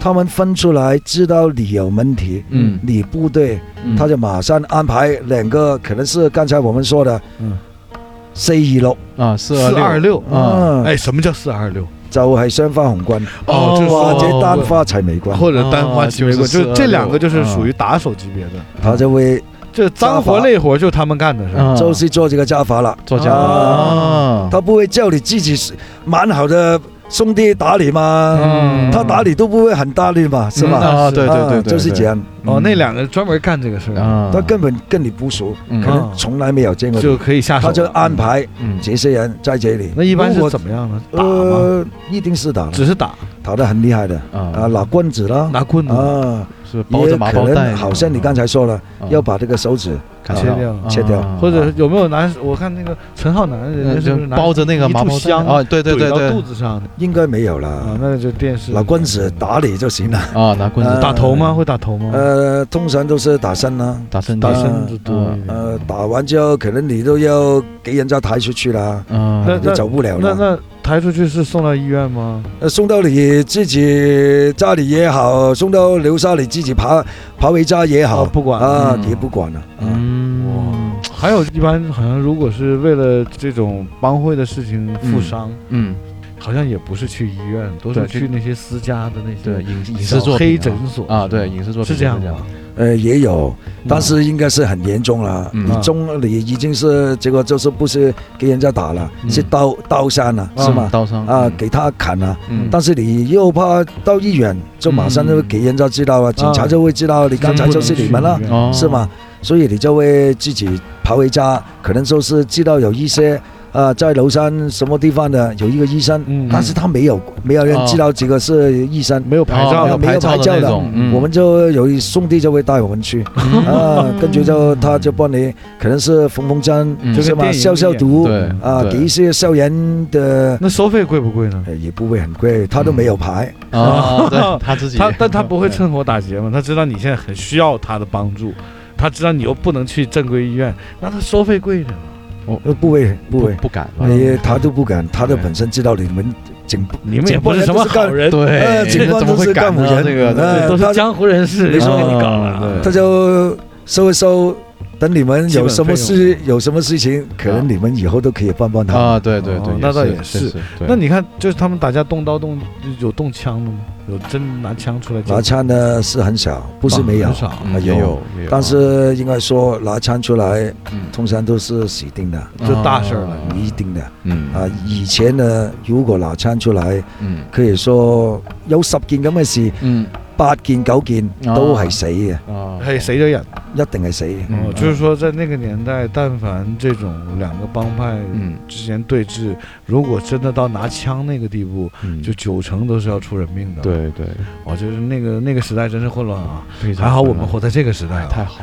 S1: 他们分出来知道你有问题，
S2: 嗯，
S1: 你不对，
S2: 嗯
S1: 他就马上安排两个，可能是刚才我们说的
S3: 嗯
S1: 四二六，
S2: 啊四
S3: 四二
S2: 二
S3: 六
S2: 啊，
S1: 嗯，
S3: 哎，什么叫四二六？
S1: 就係雙花紅棍
S2: 哦就是
S1: 或
S2: 说
S1: 者單花齊眉棍，
S3: 或者单花
S2: 哦
S3: 齐眉
S1: 啊
S2: 就
S3: 棍，
S2: 是
S3: 就这
S2: 426
S3: 两个就是
S2: 嗯
S3: 属于打手级别的，
S1: 他就會
S3: 这脏活累活就他们干的是吧？
S2: 啊
S1: 就是做這個加法啦。
S2: 作家
S1: 啊
S2: 啊，
S1: 他不會叫你自己蛮好的兄弟打你嘛，
S2: 嗯
S1: 他打你都不會很大力嘛，是
S2: 嗯
S1: 吧？
S2: 啊，对对
S1: 啊
S2: 对对，
S1: 就是
S2: 对
S1: 这样。
S3: 哦，那两个专门干这个事儿，
S2: 啊，
S1: 他根本跟你不熟，
S2: 嗯
S1: 可能從來沒有見過你，
S3: 就可以下
S1: 他
S3: 手了。嗯
S1: 就安排
S2: 嗯
S1: 這些人在這裡。
S3: 那一般
S1: 如
S3: 是
S1: 果
S3: 怎么样呢？打吗？
S1: 呃，一定是打的，
S3: 只是打，
S1: 打得很厲害的，啊，
S2: 啊，
S1: 拿棍子啦，
S3: 拿棍子
S2: 呃
S1: 啊，
S2: 是包
S1: 也
S2: 着麻包
S1: 可
S2: 带
S1: 能
S2: 的，
S1: 好像你刚才说了，
S2: 啊
S1: 要把這個手指
S2: 砍
S3: 切掉
S2: 啊
S1: 切掉
S3: 或者有没有拿？我看那个陈浩南，人
S2: 呃
S3: 家是
S2: 就
S3: 不是拿
S2: 包着那个
S3: 一
S2: 麻
S3: 炷
S2: 包带
S3: 香
S2: 啊，对对对
S3: 怼到肚
S2: 对，
S3: 子上的
S1: 應該沒有
S3: 啊
S1: 啦，，
S3: 那个就电视
S1: 拿棍子打你就行了。
S2: 啊，拿棍子
S1: 呃
S3: 打头吗？会打头吗？
S1: 呃，通常都是打身啦，
S2: 打身
S3: 嗯打
S2: 体
S3: 身子多一点。
S1: 呃，打完之后可能你都要给人家抬出去啦，
S2: 啊，
S3: 那
S1: 你就走不了
S3: 那
S1: 了。
S3: 那抬出去是送到医院吗？
S1: 呃送到你自己家里也好，送到留下你自己爬爬回家也好，
S3: 哦不管
S1: 啊，
S2: 嗯
S1: 也不管了。啊
S2: 嗯
S3: 还有一般好像如果是为了这种帮会的事情负伤，
S2: 嗯，
S3: 好像也不是去医院，都是
S2: 对
S3: 去那些私家的那些
S2: 对，影影
S3: 小
S2: 视作品
S3: 黑
S2: 啊
S3: 诊所嗯
S2: 啊，对，影视作品
S3: 是这样吗？
S1: 呃，也有，但是应该是很严重了。
S2: 嗯
S1: 你中你已经是这个就是不是给人家打了，
S2: 嗯
S1: 是刀刀伤了，是吗？
S2: 刀伤
S1: 啊，给他砍了。
S2: 嗯
S1: 但是你又怕到医院，就马上就给人家知道了，啊警察就会知道你刚才就是你们了，
S3: 嗯
S2: 哦
S1: 是吗？所以你就会自己跑回家，可能就是知道有一些啊、呃在娄山什么地方的有一个医生，
S3: 嗯哦
S1: 但是他没有没有人知道这个是医生，
S3: 没有牌照
S2: 哦
S3: 的
S1: 没有牌照
S2: 牌照的
S1: 的
S2: 那种，嗯
S1: 我们就有一兄弟就会带我们去
S3: 嗯
S1: 啊，跟着就他就帮你，可能是缝缝针，
S2: 嗯
S1: 是
S3: 就跟电
S1: 吗？
S3: 影
S1: 消消
S3: 一样
S1: 毒
S2: 对
S1: 啊，
S2: 对
S1: 给一些校园的。
S3: 那收费贵不贵呢？
S1: 呃也不会很贵，他都没有牌，
S2: 啊，对，他自己
S3: 他但他不会趁火打劫嘛？他知道你现在很需要他的帮助，他知道你又不能去正规医院，那他收费贵点。
S1: 呃
S3: 嗯
S1: 不会不
S2: 不
S1: 会，
S2: 不敢，嗯
S1: 哎，他都不敢，他都本身知道你们警部，
S3: 你们也不是什么好人，
S2: 对，怎么会敢呢？这个
S1: 呃
S3: 都是江湖人士，
S1: 你说
S3: 然后
S2: 啊
S3: 给你搞啊了。
S1: 他就收一收，等你们有什么
S3: 基本费
S1: 事有什么事情，可能你们以后都可以帮帮他。
S2: 啊，对对
S3: 哦
S2: 对，是，
S3: 那你看，就是他们打架动刀动有动枪的吗？有真拿枪出来
S1: 拿
S3: 打
S1: 枪呢是很少，不是
S2: 嗯
S1: 没有哎
S3: 很，少。
S2: 也有，
S1: 但是应该说拿枪出来
S2: 嗯，
S1: 通常都是死定
S2: 啊
S1: 的，一定的
S2: 嗯
S1: 啊。以前呢，如果拿枪出来，
S2: 嗯
S1: 可以说有十件咁嘅事，
S2: 嗯
S1: 八件九件都係死嘅，
S2: 啊，
S3: 嘿，谁的眼？
S1: 一定係死嘅。
S2: 嗯
S3: 哦，就是说，在那个年代，但凡这种两个帮派
S2: 嗯
S3: 之间对峙，如果真的到拿枪那个地步，
S2: 嗯
S3: 就九成都是要出人命的。，
S2: 对对，
S3: 哦，就是那个那个时代真是混乱啊！
S2: 非常
S3: 还好我们活在这个时代啊，
S2: 太好。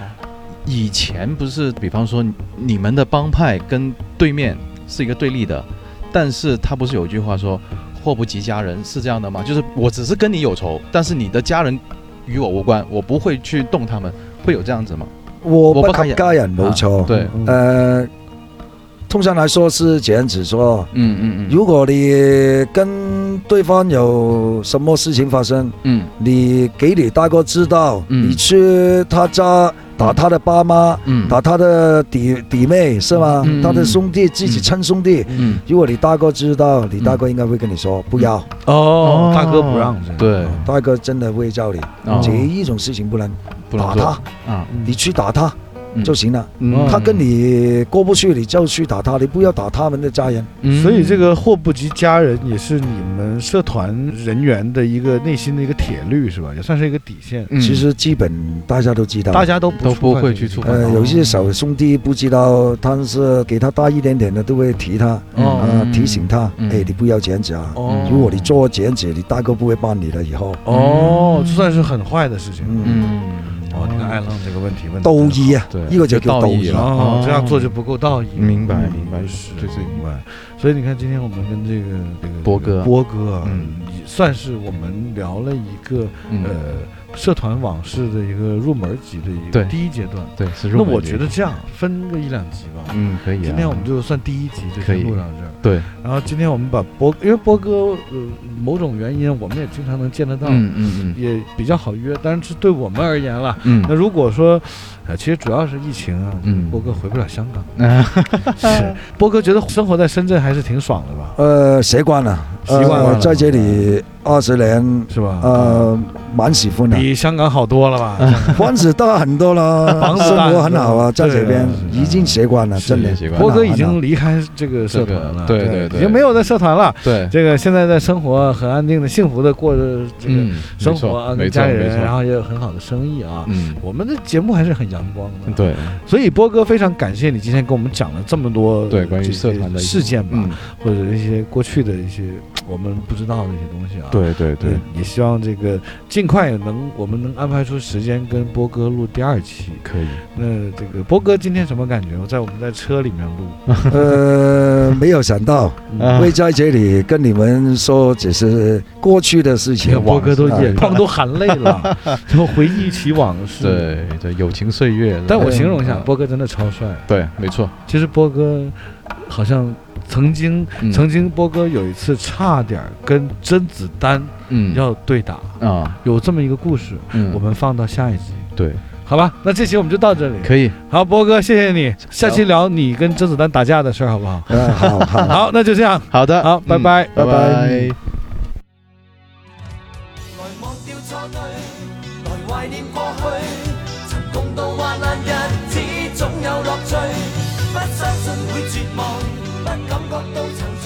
S2: 以前不是，比方说你们的帮派跟对面是一个对立的，但是他不是有一句话说“祸不及家人”是这样的吗？就是我只是跟你有仇，但是你的家人与我无关，我不会去动他们，会有这样子吗？
S1: 我
S2: 我
S1: 不
S2: 不打
S1: 及
S2: 人
S1: 家人冇錯，
S2: 啊对，
S3: 嗯
S1: 呃，通常来说是这样子说，
S2: 嗯嗯
S1: 如果你跟对方有什么事情发生，
S2: 嗯
S1: 你给你大哥知道，
S2: 嗯
S1: 你去他家打他的爸妈，
S2: 嗯
S1: 打他的弟弟妹是吗？
S2: 嗯嗯
S1: 他的兄弟，自己亲兄弟。
S2: 嗯
S1: 如果你大哥知道，你大哥应该会跟你说不要，
S3: 哦，大哥不让，
S2: 对
S1: 大哥真的会叫你，
S2: 嗯哎哦
S1: 这一种事情不能
S2: 不
S1: 打
S2: 能
S1: 他
S2: 做，啊
S1: 你去打他，
S2: 嗯
S1: 就行了。
S2: 嗯
S1: 他跟你过不去，你就去打他，你不要打他们的家人。
S2: 嗯
S3: 所以这个祸不及家人也是你们社团人员的一个内心的一个铁律，是吧？也算是一个底线。
S2: 嗯
S1: 其实基本大家都知道，
S3: 大家都不
S2: 都不
S3: 触犯
S2: 会
S3: 这个
S2: 去触
S3: 底
S2: 犯
S3: 线
S1: 呃，有些小兄弟不知道，但是给他大一点点的都会提他，啊、
S2: 哦
S1: 提醒他，
S2: 嗯
S1: 哎，你不要这样子啊，
S3: 哦
S1: 如果你做这样子，你大哥不会帮你了。以后，
S3: 哦，这算是很坏的事情。
S1: 嗯，
S2: 嗯
S3: 哦，你看艾浪这个问题问得
S1: 道
S3: 真好
S1: 义啊，
S2: 对
S1: 呢个就叫道义
S2: 就道义了
S3: 哦
S2: 哦，
S3: 这样做就不够道义。
S2: 明白明白
S3: 是，
S2: 对对
S3: 明白。所以你看，今天我们跟这个这个
S2: 波哥
S3: 波哥啊，
S2: 嗯
S3: 也算是我们聊了一个
S2: 嗯
S3: 呃社团往事的一个入门级的一个
S2: 对
S3: 第一阶段。
S2: 对是
S3: 那
S2: 入门
S3: 我
S2: 的
S3: 觉得这样分个一两集吧。
S2: 嗯可以啊，
S3: 今天我们就算第一集就
S2: 可以
S3: 先录到这儿，
S2: 对
S3: 然后今天我们把波，因为波哥呃某种原因我们也经常能见得到，
S2: 嗯嗯嗯
S3: 也比较好约，但是对我们而言了，
S2: 嗯
S3: 那如果说，呃，其实主要是疫情啊，
S2: 嗯
S3: 波哥回不了香 港，
S2: 那
S3: 是波哥觉得生活在深圳还是挺爽的吧，
S1: 呃，习惯了，
S3: 习惯了
S1: 呃，在这里二十年，
S3: 是吧？
S1: 呃，蛮喜欢的，
S3: 比香港好多了吧？
S2: 嗯
S1: 房子大很多了
S3: 房，子
S1: 生
S3: 大
S1: 活很好啊，
S3: 对
S1: 在
S3: 啊
S1: 这边
S3: 是啊
S1: 已经习惯了，
S3: 是
S1: 真的
S2: 是习。惯了
S3: 波
S1: 很好
S3: 哥已
S1: 很好
S3: 经离开这个社团了，
S2: 这个对对对
S3: 已经没有在社团了。
S2: 对
S3: 这个现在在生活很安定的、幸福的过着这个
S2: 嗯
S3: 生活啊，
S2: 没
S3: 跟
S2: 错
S3: 家
S2: 没
S3: 人，然
S2: 错
S3: 后也有很好的生意啊。
S2: 嗯
S3: 我们的节目还是很阳光的，。
S2: 对
S3: 所以波哥非常感谢你今天跟我们讲了这么多
S2: 对关于
S3: 这些
S2: 社团的一些
S3: 事件吧，
S2: 嗯
S3: 或者一些过去的一些我们不知道的一些东西啊。
S2: 对对
S3: 对
S2: 对，
S3: 也希望这个尽快能我们能安排出时间跟波哥录第二期。
S2: 可以
S3: 那这个波哥今天什么感觉？我在我们在车里面 录，
S1: 呃，没有想到
S2: 啊
S3: 嗯
S1: 会在这里跟你们说，只是过去的事情。
S3: 波哥都
S1: 往事啊
S3: 眼眶都含泪了，都回忆起往事。
S2: 对对友情岁月，
S3: 但我形容一下，
S2: 嗯
S3: 波哥真的超帅。
S2: 对没错，
S3: 其实波哥好像曾经
S2: 嗯
S3: 曾经波哥有一次差点儿跟甄子丹
S2: 嗯
S3: 要对打，
S2: 啊
S3: 有这么一个故事，
S2: 嗯
S3: 我们放到下一集，
S2: 对
S3: 好吧？那这期我们就到这里。
S2: 可以
S3: 好，波哥，谢谢你，下期聊你跟甄子丹打架的事儿，好不好？
S1: 呃，好好。
S3: 好，那就这样，
S2: 好的
S3: 好，拜
S2: 嗯
S3: 拜。
S1: 拜
S2: 拜拜
S1: 拜。
S4: 来忘掉错对，来怀念过去。曾共度患难日子，总有乐趣。不相信会绝望，不感觉到曾